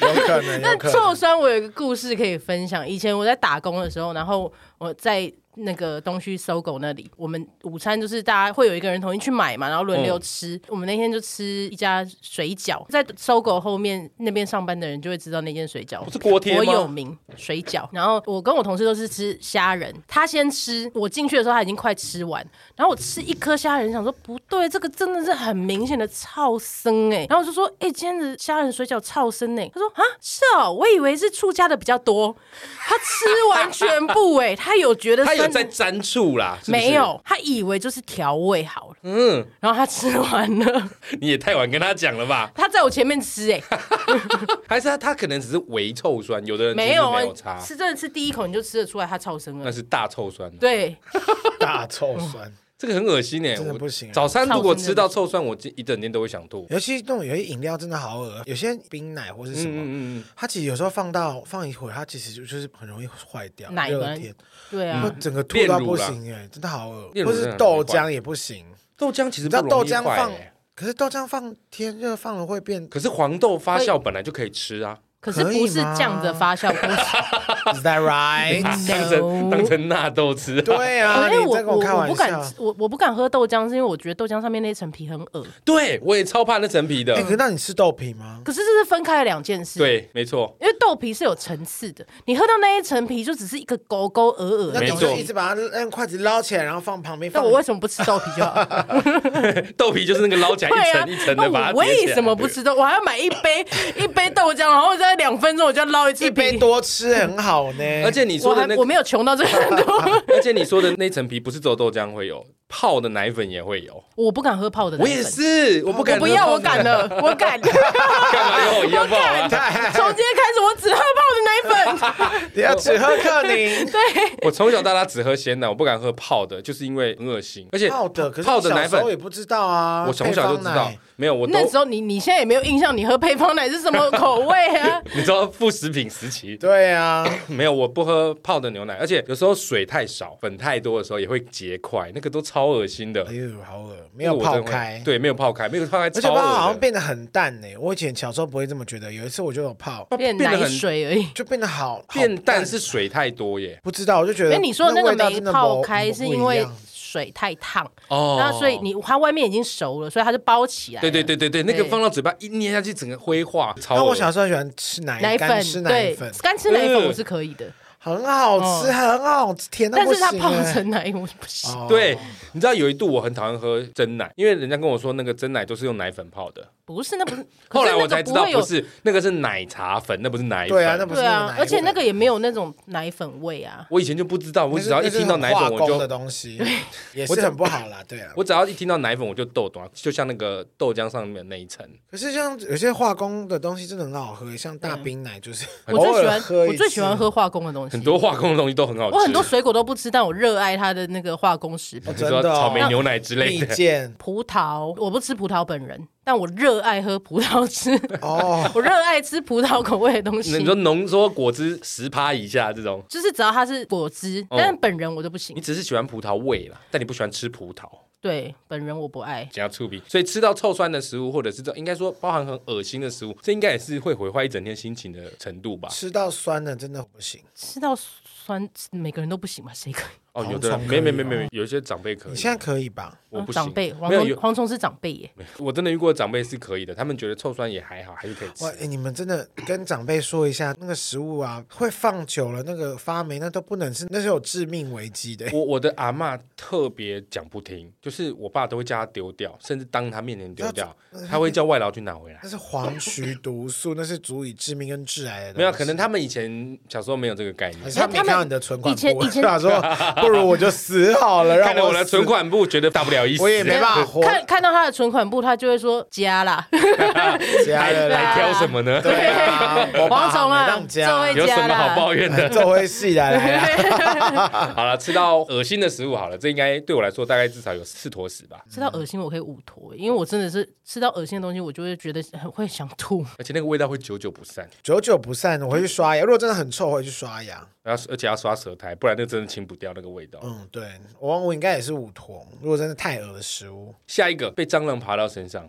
有可能，
那
有可
臭
能。
酸，我有一个故事可以分享。以前我在打工的时候，然后我在那个东区搜狗那里，我们午餐就是大家会有一个人统一去买嘛，然后轮流吃。我们那天就吃一家水饺，在搜狗后面那边上班的人就会知道那间水饺
不是锅贴
我有
吗？
名水饺，然后我跟我同事都是吃虾仁，他先吃，我进去的时候他已经快吃完，然后我吃一颗虾仁，想说不对，这个真的是很明显的超生哎、然后我就说哎、今天的虾仁水饺超生哎、他说啊是哦，我以为是醋加的比较多，他吃完全部哎、 他有觉得
他有
酸
在沾醋啦，是不是
没？有，他以为就是调味好了，嗯，然后他吃完了，
你也太晚跟他讲了吧？
他在我前面吃哎、
还是他他可能只是微臭酸，有的人其实
没有
没
啊
有差，，
吃真的吃第一口你就吃得出来他超生
那
了，
是大臭酸。啊
对。
大臭酸，
嗯
这个很恶心哎，
真的
我
不行啊
早餐如果吃到臭酸，我这一整天都会想吐。
尤其那种有些饮料真的好恶，有些冰奶或是什
嗯
么，
嗯嗯，
它其实有时候放到放一会儿，它其实就就是很容易坏掉，
奶
热
吗
天，
对
会
啊，
整个吐
炼
到
乳
不
啦
行哎，真的好恶
炼，乳
或
真的
是
很
豆
容易坏
浆也不行，
豆浆其实
你知
不
道
容易
豆浆
坏
放
欸，
可是豆浆放天热放了会 变
可是黄豆发酵本来就可以吃啊，
可是不是这样子发酵，不 是。
，Is that right？
当成当成纳豆吃。
对啊，
因为
你
我
在跟
我
开
我
玩
不敢
笑。
我我不敢喝豆浆，是因为我觉得豆浆上面那层皮很恶。
对，我也超怕那层皮的
哎，。可是那你吃豆皮吗？
可是这是分开的两件事。。
对，没错。
因为豆皮是有层次的，你喝到那一层皮就只是一个勾勾鹅鹅
那
没
你
错
就一直把它用筷子捞起来，然后放旁边。
那
放
我为什么不吃豆皮就好？
豆皮 就是那个捞起来
对
一
啊，
层一层的把
那
它
我为
叠起来
什么不？吃豆？我还要买一 杯一杯豆浆，然后在两分钟我就要捞一次
一杯
皮。
多吃很好呢？
而且你
我
说的
还
那
我没有穷到这个度，
而且你说的那层皮不是只有豆浆会有，泡的奶粉也会有。
我不敢喝泡的奶
我
粉。
也是，我不敢
我
喝
不要，
泡
我敢了，我敢。从
干嘛跟我一样不好啊？
今天开始，我只喝泡的奶粉。
你要只喝克 宁
我从小到大只喝鲜奶，我不敢喝泡的，就是因为很恶心，而且
泡的，可是
泡的
你小
奶
时候也
粉，
不知道啊。
我从小就知
配
道
方奶，
没有我都
那时候你你现在也没有印象，你喝配方奶是什么口味 啊？
你知道副食品时期
对啊，
没有，我不喝泡的牛奶，而且有时候水太少，粉太多的时候也会结块，那个都超恶心的
哎。呦，好恶，没
那个哦
有
我真
泡
的会
开。
对，没有泡开，没有泡开
而且
超
泡好
恶
像
的，
变得很淡呢。我以前小时候不会这么觉得，有一次我就有泡，
变
变得
奶
很
水而已。
就变得好好
变淡是水太多耶。
不知道，我就觉得
因为你说的那个
味道
没
真的
泡
不
开，
不
是
不
因
一
为
样
水太烫，
哦
那所以你它外面已经熟了，所以它就包起来。
对对，对对对，那个
对
放到嘴巴一捏下去，整个灰化，超恶
那我小时候喜欢吃奶
奶
干
粉
吃奶
对
粉，
干吃奶粉
嗯
我是可以的，
很好吃，很好吃，甜到
但
不
是
行
它
欸。
泡成奶我是不行。
哦
对，你知道有一度我很讨厌喝真奶，因为人家跟我说那个真奶都是用奶粉泡的，
不是，那不是。
后来
可是那
我
个
才知道
会有
不是，那个是奶茶粉，那不是奶粉。
对啊，那不是
对啊
奶，
而且
粉
那个也没有那种奶粉味啊。
我以前就不知道，我
那是
只要一
那是
听到
很
奶
化
粉我
工的
就。
东西，也是很不好啦，对啊。
我只要一听到奶粉我就豆懂，啊就像那个豆浆上面的那一层，
可是像有些化工的东西真的很好喝，像大冰奶就是。
我最喜欢
偶尔 喝一
我最喜欢
次。
喝化工的东西，
很多化工的东西都很好吃。
我很多水果都不吃，但我热爱它的那个化工食品
哦。
比如说
真的哦
草莓牛奶之类
蜜
的，
饯
葡萄，我不吃葡萄本人，但我热爱喝葡萄汁，
哦，
我热爱吃葡萄口味的东
那
西
你。说浓缩果汁十趴以下这种，
就是只要它是果汁，
哦
但本人我就不行
你。只是喜欢葡萄味啦，但你不喜欢吃葡萄。
对，本人我不爱。
加醋皮，所以吃到臭酸的食物，或者是这应该说包含很恶心的食物，这应该也是会毁坏一整天心情的程度吧？
吃到酸的真的不行。
吃到酸，每个人都不行吧？谁可以？
哦，
蝗
有的人
虫可
没
以
没
吗
没没没，有一些长辈可以
你，现在可以吧？
我不行。
哦啊长辈，蝗
没有
虫，
有，
蝗虫是长辈耶。
我真的遇过长辈是可以的，他们觉得臭酸也还好，还是可以吃
哇、。欸你们真的跟长辈说一下，那个食物啊，会放久了那个发霉，那都不能吃，那是有致命危 机的。
我我的阿嬷特别讲不听，就是我爸都会叫她丢掉，甚至当她面前丢掉，她会叫外劳去拿回来
那。是黄曲毒素，那是足以致命跟致癌的东西。
没有，可能他们以前小时候没有这个概念
还。是 他没
他们
看到你的存款
以前
簿
以 前
他说不如我就死好了，让
看了我的
死
存，款簿，觉得大不了一死，
我 也没办法活。
看看到他的存款簿，他就会说加啦。
加了
还
啦，
挑什么 呢？
对啊，我爸
蝗虫
没
啊，
当
这
家
会
有什
加
么好
啦。
抱怨的？
这回戏来来来，
好了，吃到恶心的食物好了，这应该对我来说大概至少有四坨屎吧，
吃到恶心我可以五坨，因为我真的是吃到恶心的东西，我就会觉得很会想吐。
而且那个味道会久久不散，
久久不散。我回去刷牙，如果真的很臭，我回去刷牙。
然后而且要刷舌苔，不然那个真的清不掉那个味道。
嗯，对我我应该也是五坨，如果真的太恶的食物，
下一个被蟑螂爬到身 上，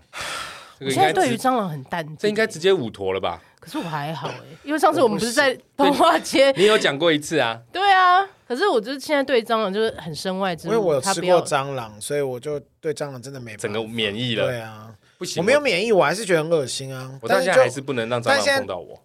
这个
我
应
现在
该
对于
直
蟑螂很淡定，
这应该直接五坨了吧？
可是我还好哎、因为上次我们不 是在东华街，
你有讲过一次啊？
对啊，可是我就是现在对蟑螂就是很身外之
因
物，
为我有
它
吃
不
过
要
蟑螂，所以我就对蟑螂真的没
整个
办法
免疫了，
对啊，
不行，
我没有免疫，我还是觉得很恶心啊。
我，我到
但
现
是
在还
就是
不能让蟑
但现
螂碰
在
到我。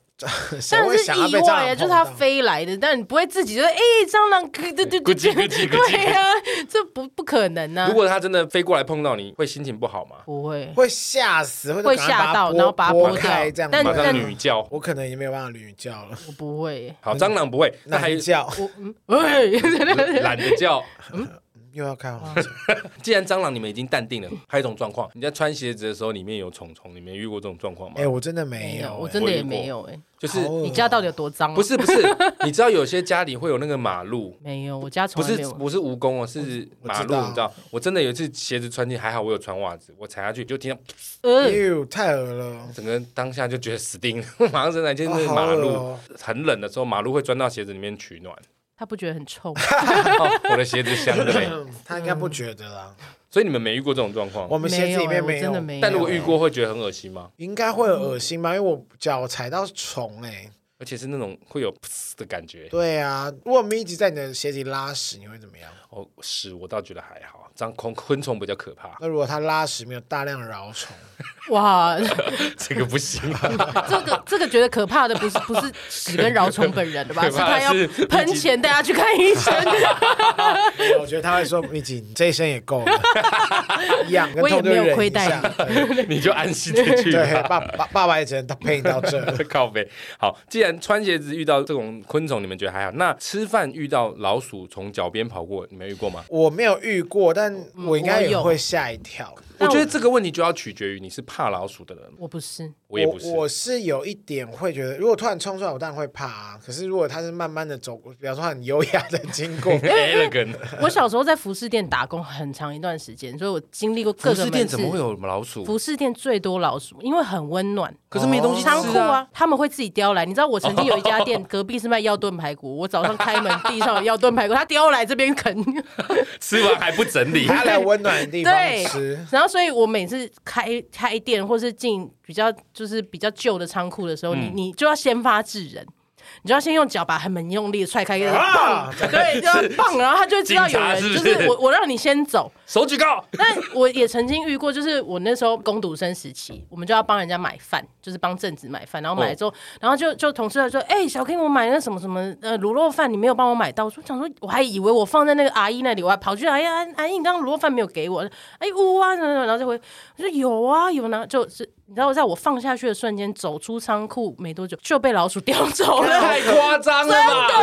谁
但
会
是
想要
意
被蟑
外啊，
螂
就是
碰
它
到？
飞来的，但你不会自己就说哎、蟑螂， 对对对，
咕叽咕叽咕叽
对啊，这不不可能啊，
如果它真的飞过来碰到你，会心情不好吗？
不会
会吓死，会
会吓到，然后把它
剥
剥
开这样，子。
掉但
马上
但
女叫。
我可能也没有办法女叫了，
我不会，
嗯
好，蟑螂不会，那还
男叫
我嗯，哎
懒得叫。
又要开玩
哇
笑。
既然蟑螂你们已经淡定了，还有一种状况，你在穿鞋子的时候里面有虫虫，你们遇过这种状况吗？
哎，我真的
没
没有
有，
哎，
我真的也没有哎，
就是
好恶
你家到底有多脏啊？
不是 不是，你知道有些家里会有那个马路。
没有，我家
不
从来
是
没有。
不是蜈蚣哦，是马路，
我知道
你知道？我真的有一次鞋子穿进，还好我有穿袜子，我踩下去就听到，
呃，
哟，哎太恶了，
整个当下就觉得死定了， 马上扔来就是
哦好
马
恶
路，
哦
很冷的时候，马路会钻到鞋子里面取暖。
他不觉得很臭吗？
哦、我的鞋子香的 嘞，
他应该不觉得啦。
所以你们没遇过这种状况。
我欸们鞋子里面
嗯没有哎我嗯真的没有
但如果遇过，会觉得很恶心吗？
应该会恶心吧，因为我脚踩到虫哎。
而且是那种会有噗的感觉。
对啊，如果咪吉在你的鞋底拉屎，你会怎么样？
哦，屎我倒觉得还好，蟑昆昆虫比较可怕，
那如果它拉屎没有大量饶 虫，
哇，
这个不 行啊。
这个这个觉得可怕的不是不是屎跟饶虫本人的吧？
可
是
怕
他
的
要
是
喷钱带他去看医生。
没有我觉得他会说咪吉，你这一身也够了， 痒跟
我也
痛就
没有
忍一
亏待
下。对
你就安心的去
对，
吧。
爸爸爸爸也只能到陪你到这了。
靠背好，既然穿鞋子遇到这种昆虫，你们觉得还好？那吃饭遇到老鼠从脚边跑过，你们遇过吗？
我没有遇过，但我应该
我
也
有
会吓一跳。
我
但
觉得这个问题就要取决于你是怕老鼠的人，
我不是，
我也不是，
我，。我是有一点会觉得，如果突然冲出来，我当然会怕啊。可是如果他是慢慢的走，过，比方说他很优雅的经过
elegant，
我小时候在服饰店打工很长一段时间，所以我经历过
服
各个
饰
门
店
市
怎么会？有老鼠？
服饰店最多老鼠，因为很温暖。
可是没东西
仓库
吃啊。
啊，他们会自己叼来。你知道我曾经有一家 店，隔壁是卖药炖排骨，我早上开门，地上有药炖排骨，他叼来这边啃。
吃完还不整理，
他来温暖的地方
对
吃。
然后，所以我每次开开店或是进比较就是比较旧的仓库的时候，
嗯
你你就要先发制人，你就要先用脚把他们用力地踹开，
啊
棒，对，就要棒，然后他就知道有人，
警察是
就
不是
是我我让你先走。
手举高。
但我也曾经遇过，就是我那时候攻读生时期，我们就要帮人家买饭，就是帮正子买饭，然
哦
后买了之后，然后就就同事就说：“哎、小 K，我买那什么什么呃卤肉饭，你没有帮我买到。”我说想说我还以为我放在那个阿姨那里，我还跑去阿哎姨阿阿姨，你刚刚卤肉饭没有给我，哎呜啊什么什么，然后就回我说有啊有呢，就是你知道，在我放下去的瞬间，走出仓库没多久就被老鼠叼走了，
太夸张了吧！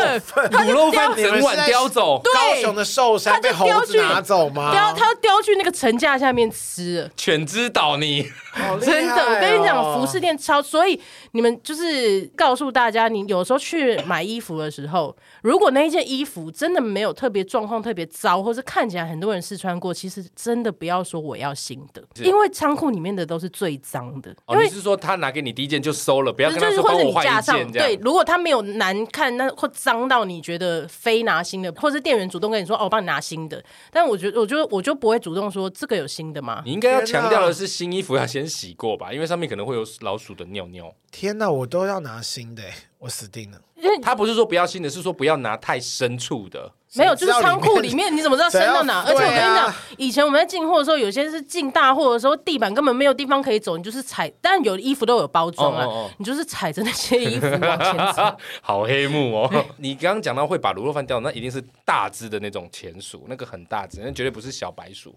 卤肉饭整碗叼走，
高雄的寿山被猴子拿走
啊
吗？
叼它叼去那个层架下面吃了。
犬只倒你。
好厉害哦
真的，我跟你讲，服饰店超，所以你们就是告诉大家，你有时候去买衣服的时候，如果那一件衣服真的没有特别状况特别糟，或是看起来很多人试穿过，其实真的不要说我要新的，
是
因为仓库里面的都是最脏的，因
哦，
为
你。是说他拿给你第一件就收了，不要跟
就
他
是，
说
或
帮
是
我
你
换
架
一
上
件这
对，
样？
如果它没有难看，那或脏到你觉得非拿新的，或是店员主动跟你说哦，我帮你拿新的，但我觉得，我就我就不会主动说这个有新的吗？
你应该要强调的是新衣服要先洗过吧，因为上面可能会有老鼠的尿尿。
天哪，我都要拿新的，欸我死定了。
因为
他不是说不要新的，是说不要拿太深处的。
没有，就
谁
是
知道
仓库里面你怎么知道升到哪？
谁
而
要
且我跟你
对
讲，
啊
以前我们在进货的时候，有些是进大货的时候，地板根本没有地方可以走，你就是踩。但有的衣服都有包装啊，
哦哦哦
你就是踩着那些衣服往前走。
好黑幕 哦！你刚刚讲到会把卤肉饭叼走，那一定是大只的那种钱鼠，那个很大只，那绝对不是小白鼠，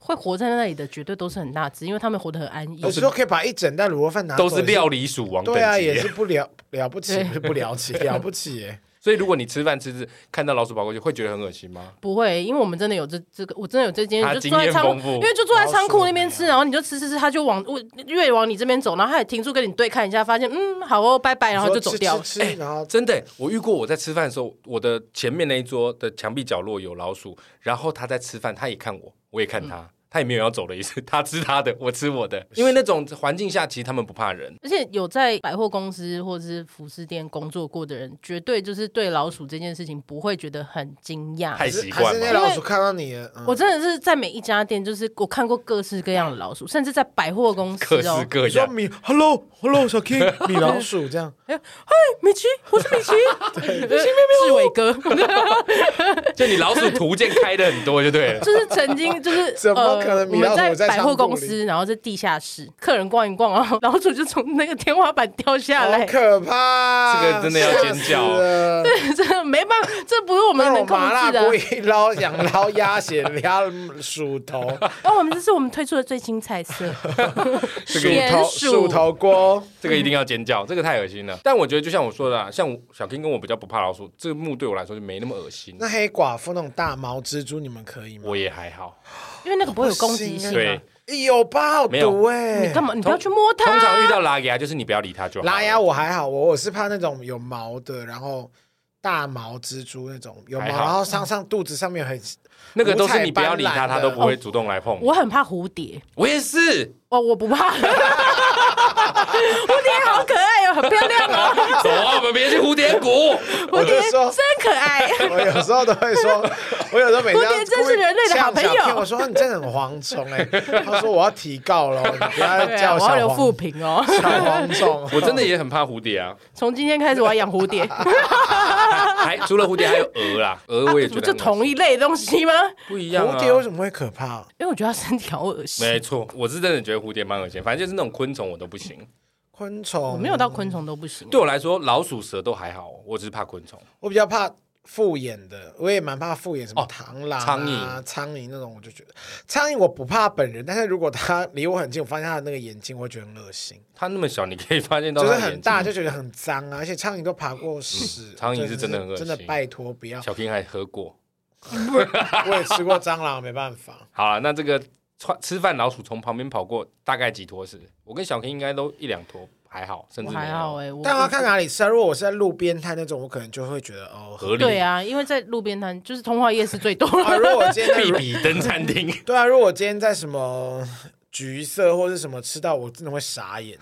会活在那里的绝对都是很大只，因为他们活得很安逸
哦
有。时候可以把一整袋卤肉饭拿走，
都是料理鼠王等
啊对啊，
级
也。是不了了不起，
对
不是不了 起，了不起耶。
所以如果你吃饭吃吃看到老鼠跑过去，会觉得很恶心吗？
不会，因为我们真的有这这个，我真的有这间，
他
就坐在
经验
仓
丰
库，
富哦
因为就坐在仓库那边
老鼠
吃，然后你就吃吃吃，他就往越往你这边走，然后他也停住跟你对看一下，发现嗯好哦，拜拜，然后就走掉
说。吃，吃吃 然后
真的，我遇过我在吃饭的时候，我
嗯
的前面那一桌的墙壁角落有老鼠，然后他在吃饭，他也看我，我也看他，他也没有要走的意思， 他吃他的，我吃我的，因为那种环境下，其实他们不怕人。
而且有在百货公司或者是服饰店工作过的人，绝对就是对老鼠这件事情不会觉得很惊
太
讶。
习
还
惯
是那
了。
老鼠看到你了，嗯
我真的是在每一家店，就是我看过各式各样的老鼠，甚至在百货公司
各
哦
式，各
你说
样。
米，hello hello 小 King，米 老鼠这样，
米奇，哎我是米 奇，米奇妙妙，志伟哥，。
就你老鼠图鉴开的很多就对了
就是曾经就是
怎么可能
呃，我
米老
们
鼠在
在百货
仓库
公
里
司，然后是地下室，客人逛一逛啊，然后老鼠就从那个天花板掉下
好
来，
可怕，
这个真的要尖叫
吓死了
这个没办法，这不是我们
那
能
种
控
麻辣
制的
锅
啊。
一捞，想捞鸭血、鸭鼠 头、
然哦后我们这是我们推出的最新菜色，
这
鼠
个
天
头、
哎鼠
鼠头锅，
这个一定要尖叫，这个太恶心了。但我觉得就像我说的、啊，像我小 King 跟我比较不怕老鼠，这个墓对我来说就没那么恶心。
那黑寡妇那种大毛蜘蛛，你们可以吗
我？也还好，
因为那个不会有攻击 性
对
对
啊。。
哎有吧？好
没有
毒哎！
你干嘛？你不要去摸它。
通常遇到拉牙就是你不要理它就好。
拉牙我还好，我我是怕那种有毛的，然后大毛蜘蛛那种有毛，
还好
然后上上肚子上面很
那个都是你不要理它，
五彩斑斓的
它都不会主动来碰。
我很怕蝴蝶，
我也是，
哦，我不怕。 蝴蝶好可爱哦，很漂 亮哦，
走啊，我们别去蝴 蝶谷。
我就说。
真可爱。
我有时候都会说， 我有时候每次
蝴蝶真是人类的好朋友
我说你真的很蝗虫 哎、他说我要提告了，你不要
对啊，
叫
我
小
要留
蝗
副评哦。
小蝗 虫。
我真的也很怕蝴蝶啊，
从今天开始，我要养蝴蝶。
还除了蝴蝶还有鹅啦，鹅我也觉得
啊
这
很恶心
不就同一类的东西吗？
不一样啊。
蝴蝶为什么会可怕？
因为我觉得它身体好恶
没
心，
错，我是真的觉得蝴蝶蛮恶心，反正就是那种昆虫我都不行。
昆虫
我哦没有到，昆虫都不行。
对我来说，老鼠、蛇都还好，我只是怕昆虫。
我比较怕复眼的，我也蛮怕复眼，什么
哦
螳螂、啊、
苍蝇、
苍蝇那种，我就觉得苍蝇我不怕本人，但是如果它离我很近，我发现它的那个眼睛，我会觉得很恶心，
它那么小，你可以发现到
就
它
是
的眼睛
很
嗯
大，。就觉得很脏啊。而且苍蝇都爬过屎，
苍蝇是
真
真的很恶
真
心
的拜托不要。
小 King 还喝过。
我也吃过蟑螂，没 办法。
好了，那这个穿吃饭老鼠从旁边跑过，大概几坨屎？我跟小 King 应该都一两坨，还好，甚
我
至没
还
有
好哎，我
但我要看哪里吃啊？如果我是在路边摊那种，我可能就会觉得哦，
合理。
对啊，因为在路边摊，就是通化夜市最多
啊，
了。
如果我今天
欸
在
必比登餐厅，
对啊，如果我今天在什么橘色或是什么吃到，我真的会傻眼。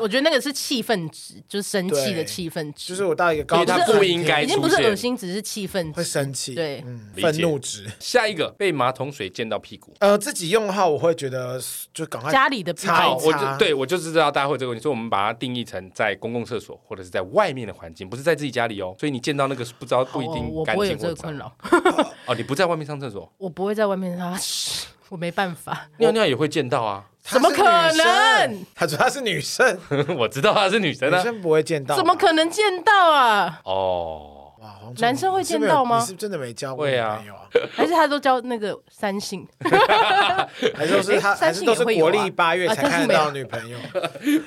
我觉得那个是气氛值，就是生气的
对
气氛值，
就是我到一个高
因为
度，
它不应该
已经不是
出现
恶心，只是气氛
会
值。
生气，
对
嗯，
理解
愤怒值。
下一个被马桶水溅到屁股。
呃，自己用的话，我会觉得就赶快
家里的
擦
好，
一
我
擦
就对我就知道大家会这个问题，所以我们把它定义成在公共厕所或者是在外面的环境，不是在自己家里哦。所以你见到那个不知道不一
好哦
定
我
干
不会有
净
这
或
个
脏
困扰，
哦，你不在外面上厕所，
我不会在外面拉屎， 我没办法。
尿尿也会见到啊。
她
怎么
是
可
女生
能？
她说她是女生，
我知道她是女生
女
啊。
生不会见到吧，
怎么可能见到啊？
哦，
哇？黄虫
男生会见到吗
你是不是有你是不是真的没交过
会
女
啊
朋友啊？
还是他都叫那个三姓？
还是都是她，
三
还是
性
都
也
是
会有
国
啊
历八月
啊
才
但是
看得
没有
到女朋友？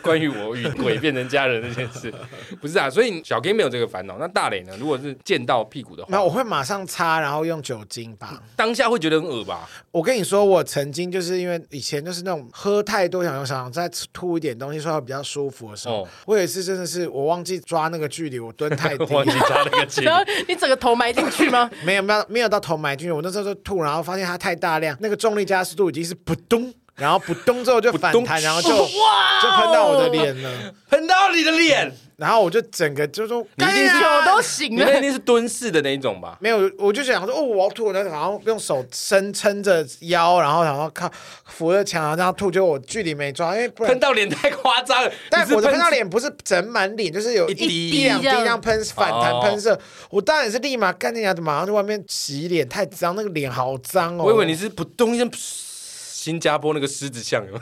关于我与鬼变成家人这件事， 不是啊，所以小 K 没有这个烦恼。那大磊呢？如果是见到屁股的
没有，
话，
我会马上擦，然后用酒精吧。
当下会觉得很恶吧？
我跟你说，我曾经就是因为以前就是那种喝太多，想想再吐一点东西，说比较舒服的时候，
哦
我有一次真的是我忘记抓那个距离，我蹲太 低，
忘记抓那个筋，
然后你整个头埋进去 吗？
没有没有没有到头埋进去，我那时候就吐，然后发现它太大量，那个重力加速度已经是扑咚，然后扑咚之后就 反弹，然 后就
哇哦
就喷到我的脸了，
喷到你的脸，
然后我就整个就说
你一定是
酒都醒
你
了
啊那。天是蹲式的那一种吧？
没有，我就想说哦，我要吐，然后然后用手伸撑着腰，然后然后靠扶着墙，然后这样吐，结果我距离没抓，因为不然
喷。到脸太夸 张了，
但
你是
我的喷到
自
脸不是整满脸，就是有
一滴
一两滴
这样
这样喷反弹
哦
喷射。我当然是立马干净牙，马上去外面洗脸，太脏，那个脸好脏哦。
我以为你是扑通一声，噗新加坡那个狮子像有 没有，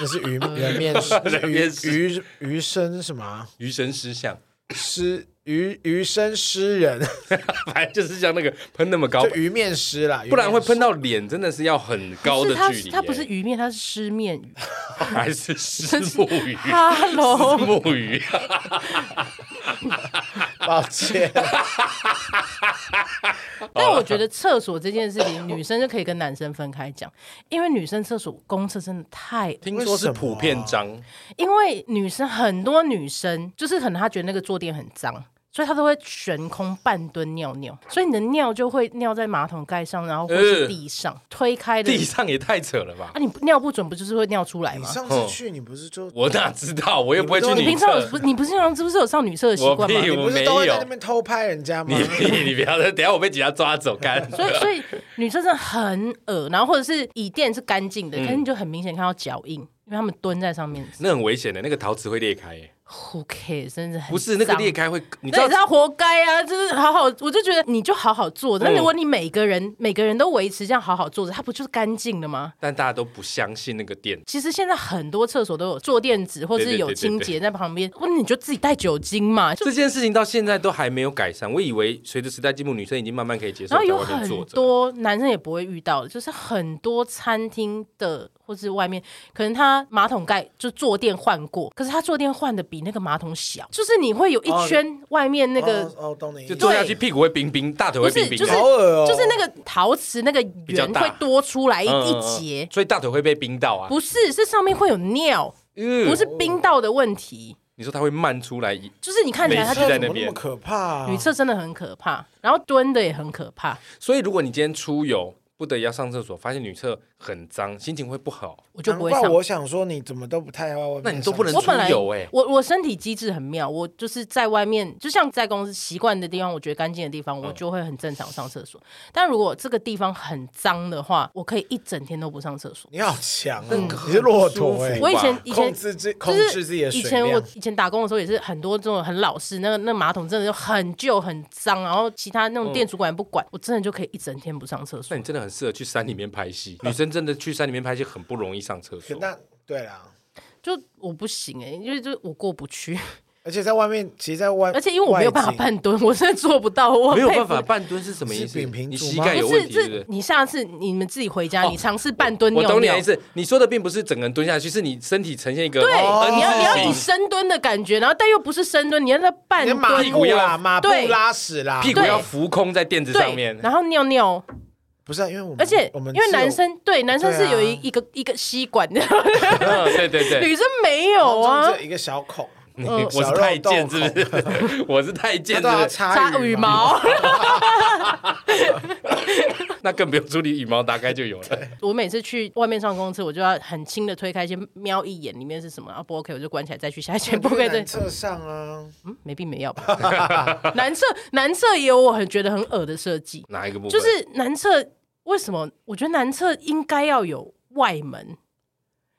那是鱼 人面狮
人面狮
鱼鱼鱼身什么啊
鱼神狮像，
狮鱼鱼身狮人，
反正就是像那个喷那么高
就，鱼面狮啦，
哦不然会
鱼
喷
面
到脸，真的是要很高
不
的
是他
距离耶。，
他不是鱼面，他是湿面鱼。
还是石木鱼， 石
Hello，
木鱼，
狮。 抱 歉，
但我觉得厕所这件事情，女生就可以跟男生分开讲，因为女生厕所公厕真的太
听说是普遍脏，
因为女生很多女生就是可能她觉得那个坐垫很脏，所以他都会悬空半蹲尿尿，所以你的尿就会尿在马桶盖上，然后或是地上，推开的
地上也太扯了 吧
啊，！你尿不准不就是会尿出来
你
吗？
上次去你不是就
哦我哪知道？我又不会去
你
女
平常有
厕
不。你不是上是不是有上女厕的习惯吗
我？屁
你不是都
我没
会
有
在那边偷拍人家吗哦
你？你你不要，等一下我被警察抓走干。
所以所以女生真的很恶，然后或者是椅垫是干净
嗯
的，可是你就很明显看到脚印，因为他们蹲在上面。
那很危险的，那个陶瓷会裂开耶。
Who cares？真的很
不是那个
脏
裂开会，你知
那
道
也是他活该啊！就是好好，我就觉得你就好好坐着。那
嗯
如果你每个人每个人都维持这样好好坐着，它不就是干净的吗？
但大家都不相信那个店。
其实现在很多厕所都有坐垫子，或者
对
是
对
有
对对
清洁在旁边。那你就自己带酒精嘛。就
这件事情到现在都还没有改善，我以为随着时代进步，女生已经慢慢可以接受
然后
在
有
外面
很
坐着。
多男生也不会遇到的，就是很多餐厅的或是外面，可能他马桶盖就坐垫换过，可是他坐垫换的比那个马桶小，就是你会有一
哦
圈外面那个
哦哦，懂你意
就
思。
坐下
对
去，屁股会冰冰，大腿
不
会
是
冰，冰
就是
的，
好恶哦
就是那个陶瓷那个
比较
圆
大
会多出来一
嗯
一节，
所以大腿会被冰到啊。
不是，是上面会有尿，
嗯
不是冰到的问题，
你说它会漫出来，
就是你看起来它
没事
就
啊怎
在那
么那
边
么可怕啊？
女厕真的很可怕，然后蹲的也很可怕，
所以如果你今天出游不得已要上厕所，发现女厕很脏，心情会不好。
我就不会
难
上
怪。我想说你怎么都不太外面
那你都不能
我
上
本来
出油欸
我我身体机制很妙，我就是在外面，就像在公司习惯的
嗯
地方，我觉得干净的地方，我就会很正常上厕所。但如果这个地方很脏的话，我可以一整天都不上厕所。
你好强
嗯
哦，你是骆驼哎
很舒服
我以前
吧
以前
控制自控
就
制
是
自己的水
以
量。
前我以前打工的时候也是很多这种很老式，那个那马桶真的就很旧很脏，然后其他那种店主管也不管，我真的就可以一整天不上厕
那
所
你。真的很适合去山里面拍戏，女生真的去山里面拍戏很不容易上厕所。
那对啦，
就我不行哎、因为就我过不去，
而且在外面，其实在外，
而且因为我没有办法
外景
半蹲，我真的做不到，我很
没有
佩
办
服
法半蹲是什么意
是
思？
扁平
你
足
膝
吗
盖有
不
问
是，
题，对不对
这？你下次你们自己回家，
哦
你尝试半蹲
我
尿
懂你
尿
的意。思，你说的并不是整个人蹲下去，是你身体呈现一个
对，你要你要
你
以深蹲的感觉，然后但又不是深蹲，你要在半
你的
蹲，
马
屁股
步啦，
要
马步
对
拉屎啦，
屁股
对
要浮空在垫子上
对
面，，
然后尿尿，
不是啊，因为我们
而且
我们
因为
是有
男生对男生
对
是
啊
有一一个一个吸管的，
嗯对对对，
女生没有
当中
啊
只，有一个小孔，
你
呃
我是太监是不是？ 我是太监
他
是
都要
啊
不是？
插
擦羽，毛。
那更不用处理羽毛，大概就有了。
我每次去外面上公厕，我就要很轻的推开，先瞄一眼里面是什么，然后不 OK 我就关起来，再去下 一间。不
不
OK
在
再
侧上啊，
嗯，没病没药吧。 男厕男厕也有我很觉得很恶的设计，
哪一个部分？
就是男厕为什么？我觉得男厕应该要有外门。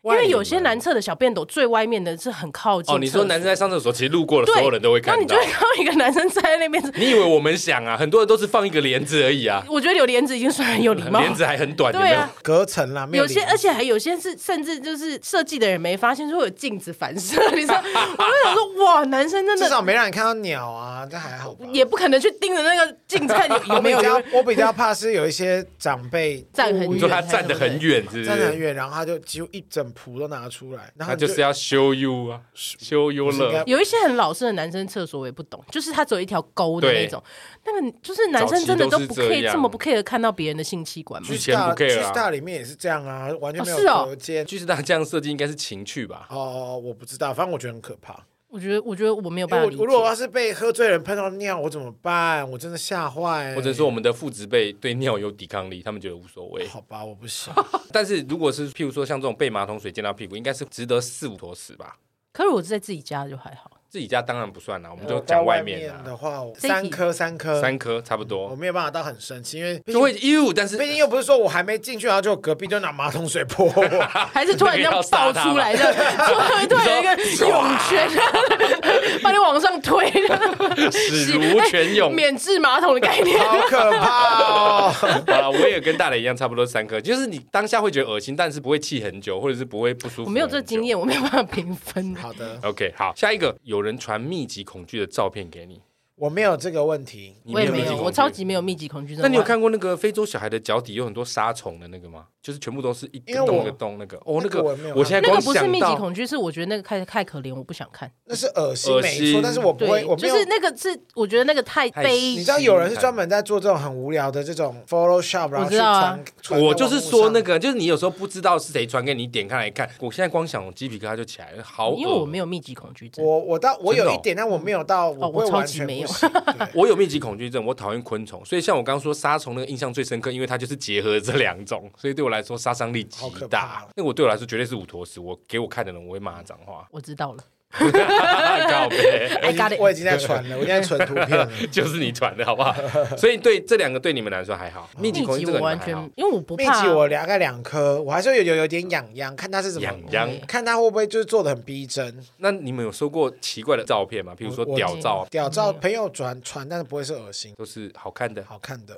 因为有些男厕的小便斗最外面的是很靠近厕所。
哦，你说男生在上厕所，其实路过的
对，
所有人都会
那
看
你就
到
会。看到一个男生站在那边，
你以为我们想啊？很多人都是放一个帘子而已啊，
我觉得有帘子已经算很有礼貌。
帘子还很短，有没
对
有
啊？，
隔层啦，没
有
理
些而且还有些是甚至就是设计的人没发现，说有镜子反射。你知道，我就想说，哇，男生真
至
的
少没让你看到鸟啊，这还好吧？
也不可能去盯着那个镜子看有
我
有
比
没有
较
人
我比较怕是有一些长辈
站很
你
远
说他站得很远，是不
站得很
是？
远，然后他就几乎一整蒲都拿出来，然后
他
你就
就是要修优啊，修优
不是应该
乐。
有一些很老式的男生厕所我也不懂，就是他走一条沟的那种，那个就是男生真的
早期
不
都是这
care
样
这么不 care 看到别人的性器官吗
去？
巨大
以前不 care 啊
巨大里面也是这样啊，完全没有
哦是哦
隔间。
巨石大这样设计应该是情趣吧？
哦，我不知道，反正我觉得很可怕。
我觉得我觉得我没有
因
办
为哎
法
我
理
我如果
解。
要是被喝醉的人喷到尿，我怎么办？我真的吓坏。
或者说我们的父职辈对尿有抵抗力，他们觉得无所谓。
好吧，我不行。
但是如果是譬如说像这种被马桶水溅到屁股，应该是值得四五坨屎吧？
可是我在自己家就还好。
自己家当然不算啦，我 们就
在
讲
外
面
面
啦，
的话，我
这一题
三颗三颗，
三颗差不
我
多
没有办法到很生气，因为
就
毕竟
会 you，但是
毕竟又不是说我还没进去，然后就隔壁就拿马桶水 泼我。
还是突然这样爆出来，这样突然有一个涌泉，把你往上推，
屎如泉涌。
免治马桶的概念。
好可怕哦！
啊，我也跟大磊一样，差不多三颗，就是你当下会觉得恶心，但是不会气很久，或者是不会不舒服。
我没有这经。验，我没有办法评分。
好的，
OK，好，下一个，有人传密集恐惧的照片给你，
我没有这个问题，
你
我也
密
没
集
有，
恐惧
我超级没有密集恐惧症。
那你有看过那个非洲小孩的脚底有很多沙虫的那个吗？就是全部都是一
因
个
为我
洞一个洞那个。哦，
那
那
个
个
我没有看
我现在
那
光
个不是
想
密集
到，
恐惧，是我觉得那个太太可怜，我不想看。
那是恶心
恶
没
心
错，但是我不
对
会，我，没
就
有
是。那个是我觉得那个太
太
悲
你知道有人是专门在做这种很无聊的这种 Photoshop，然后去
知道啊
传。传到
我就是说
网络
那
上
个，就是你有时候不知道是谁传给你，点开来看，我现在光想我鸡皮疙瘩就起来了，好恶。
因为我没有密集恐惧症。
我我到我有
真的
一
哦
点，但我没有到，
哦
我不会
我超
完
级
全
没有，
不。行对
我有密集恐惧症，我讨厌昆虫，所以像我刚刚说杀虫那个印象最深刻，因为它就是结合这两种，所以对我来说杀伤力极
好可怕
大
哦。
那我对我来说绝对是五坨屎，我给我看的人我会骂他脏话
我知道了
告别。
我
，I
已
got
经我
it。
已经在传了，我已经在传图片了。
就是你传的好不好？ 所以对这两个对你们来说还好，密集
密
恐惧这
集我
个你
完
们还
全
好。，
因为我不
密
怕
集
啊。
我大概两颗，我还是有有有点痒痒，看它是怎么
痒痒，
看它会不会就是做的很逼真。
那你们有收过奇怪的照片吗？比如说
我我
屌照，
屌照
嗯
朋友转传，但是不会是恶心，
都是好看的。
好看的。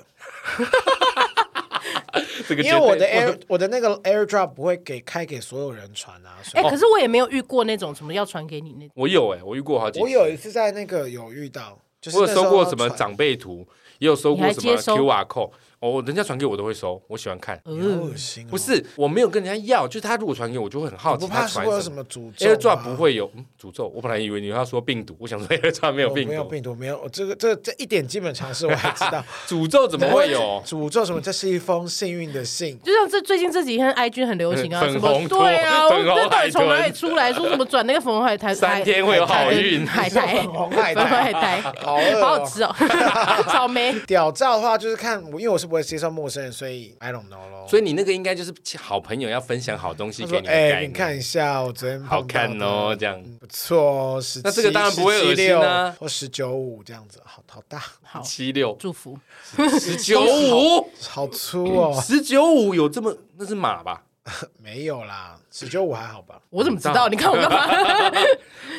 这个
因
绝
为
对
我的 air 我的那个 AirDrop 不会给开给所有人传啊。所
哎，
以
哦
可是我也没有遇过那种什么要传给你那种。
我有哎、我遇过好几次。
我有一次在那个有遇到，就是
我有
那时候
收过什么
传
长辈图，也有收
你
过
还
什
接
么
收
QR code，哦，人家传给我都会收，我喜欢看。
呃
你好
嗯
恶心哦，
不是，我没有跟人家要，就是他如果传给我，我就会很好
我
奇
不
他
怕是
传
会有
什
什
么。
么诅咒
AirDrop
吗
不。会有、嗯、诅咒，我本来以为你要说病毒，我想说 AirDrop 没有
我
病
哦没有
毒，
病毒，没有，我这个这这一点基本常识我还知 道。
诅咒怎么会有？
诅咒什么？这是一封幸运的信。
就像这最近这几天 IG 很流行啊，
嗯
什
粉红
么对啊，
粉红
这到
海
底从哪里
豚
出来？说什么转那个粉红海苔，
三天会有好运
海苔，
粉红海苔
粉红海苔，
好饿哦
好好吃哦， 草莓。
屌照的话，就是看我，因为我是不会接受陌生人，所以 I don't know 咯。
所以你那个应该就是好朋友要分享好东西
他
给
说：“
你的
哎、
概念，
你看一下，我昨天碰
好
到
看
的
哦，，这样。
不错哦，十
那这个当然不会恶心啊
或十九五这样子，好好大，
好，
七六
祝福。
十九五，
好粗哦，
十九五有这么那是马吧？
没有啦，十九五还好吧？
我怎么知道？你看我干嘛？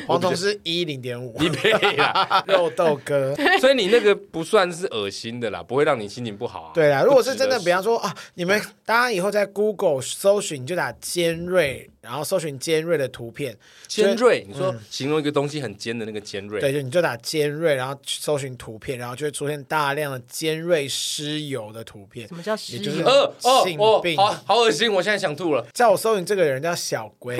黄铜是一零点五，啊
你配啦，
肉豆哥。
所以你那个不算是恶心的啦，不会让你心情不好啊。
对啦，如果是
不值
真
得
的，比方说啊，你们大家以后在 Google 搜寻，你就打尖锐，然后搜寻尖锐的图片，
尖锐，你
嗯
说形容一个东西很尖的那个尖锐，
对，就你就打尖锐，然后去搜寻图片，然后就会出现大量的尖锐湿疣的图片
什。么叫石
也就是
油？
呃哦
性
哦
病，
好好恶心，我现在想吐了。
叫我搜寻这个人叫小龟，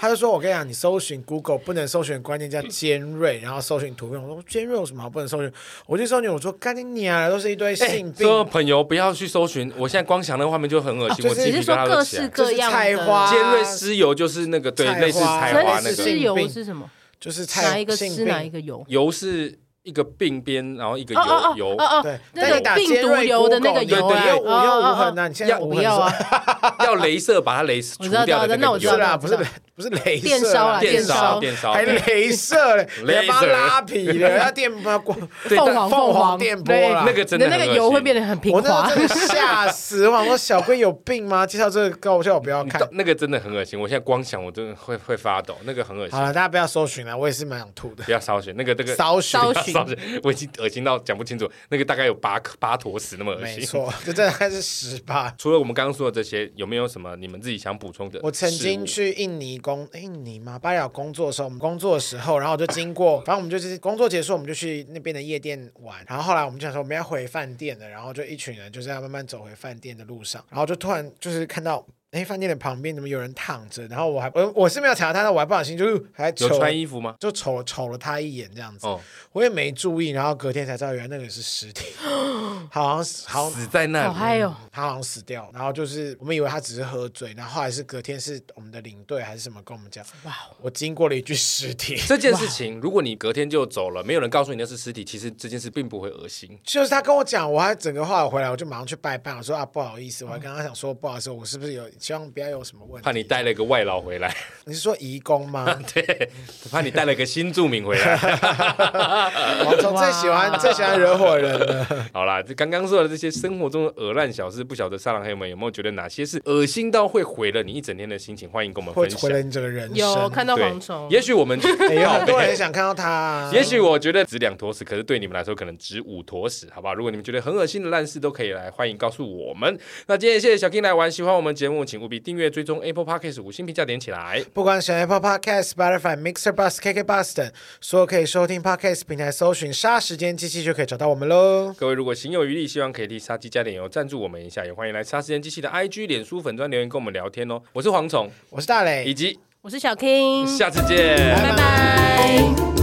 他就说：“我跟你讲，你搜寻 Google 不能搜寻关键叫尖锐，然后搜寻图片。”我说：“尖锐有什么好不能搜寻？”我去搜寻，我说：“干你娘的，都是一
哎
堆性病。
所以朋友不要去搜寻，我现在光想那个画面就很恶心，
啊
我
就是
鸡
你
皮
是
疙
说
瘩
各
都起
式
来。
各样的
就是菜花
尖锐湿疣就是那个对
菜花
类似菜
所
花
以
那
是
个
湿
性
油
病
是什么？
就是菜
哪一个
性
湿
病
哪一个油？
油是一个鬓边，然后一个
哦哦
油油，
哦哦哦
对，，
那
但你
个
打
病
尖
毒
锐
油的那个
Google，
油
对对
你
啊，
要
对
我要无痕
哦哦哦
呐，你现在
要
无
我
痕
不要
是吧
啊，
要镭射把它镭射
我
除
知道
掉的
知道那
个
我知
油
道
是， 啦，
我
不
知
是
道
雷不是雷
电烧啦
电
电
烧
烧
电烧，
还
对
镭射嘞，
Laser
连帮它拉皮了，要电波光，
对
凤
但
凰
凤凰
凰
电波
对
啦
那啊个真的
你的那
很恶心
个油会变得很 平
我那时候
滑。
真的吓死，我想说小龟有病吗？介绍这个搞笑，我不要
你
看
知道。那个真的很恶心，我现在光想我真的会会发抖，那个很恶心
好，了，大家不要搜寻了，我也是蛮想吐的。
不要烧血，那个那个
搜寻，
搜
不要烧血，我已经恶心到讲不清楚，那个大概有八颗八坨屎那么恶
没
心。
错，这大概是十吧。
除了我们刚刚说的这些，有没有什么你们自己想补充的事物？
我曾经去印尼工，诶印尼嘛，巴厘岛工作的时候，我们工作的时候，然后我就经过，反正我们就是工作结束，我们就去那边的夜店玩。然后后来我们就想说我们要回饭店的，然后就一群人就是要慢慢走回饭店的路上，然后就突然就是看到。诶饭店的旁边怎么有人躺着？然后我还我我是没有查他，但我还不小心就是还
有
瞅
穿衣服吗？
就瞅瞅了他一眼这样子，
哦，
我也没注意，然后隔天才知道原来那个是尸 体，好像是好像
死在那
好
里。
嗨哦！
他好像死掉，然后就是我们以为他只是喝醉，然后后来是隔天是我们的领队还是什么跟我们讲，嗯哇，我经过了一具尸体，
这件事情，如果你隔天就走了，没有人告诉你那是尸体，其实这件事并不会恶心。
就是他跟我讲，我还整个后来我回来我就马上去拜拜，我说啊不好意思，我还跟他想说不好意思，我是不是有希望不要有什么问题？
怕你带了一个外劳回来，
你是说移工吗？
对，怕你带了一个新住民回 来。
我从最喜欢最喜欢惹火人 了，
好啦，这刚刚说的这些生活中的鹅烂小事，不晓得沙狼黑们有没有觉得哪些是恶心到会毁了你一整天的心情？欢迎跟我们
会
分享
毁。了你整个人生。
有看到
对
蝗虫，
也许我们
哎有很多人想看到他、啊
也许我觉得值两坨屎，可是对你们来说可能值五坨屎，好不好？如果你们觉得很恶心的烂事，都可以来欢迎告诉我们。那今天也谢谢小 King 来玩，喜欢我们节目，请务必订阅、追踪 Apple Podcast 五星评价点起来。
不管选 Apple Podcast、Spotify、Mixer、Bus、KK Bus 等所有可以收听 Podcast 平台，搜寻“杀时间机器”就可以找到我们喽。
各位如果行有余力，希望可以替杀鸡加点油赞助我们一下，也欢迎来杀时间机器的 IG、脸书粉专留言跟我们聊天哦。我是蝗虫，
我是大磊
以，及
我是小 King，
下次见。
拜拜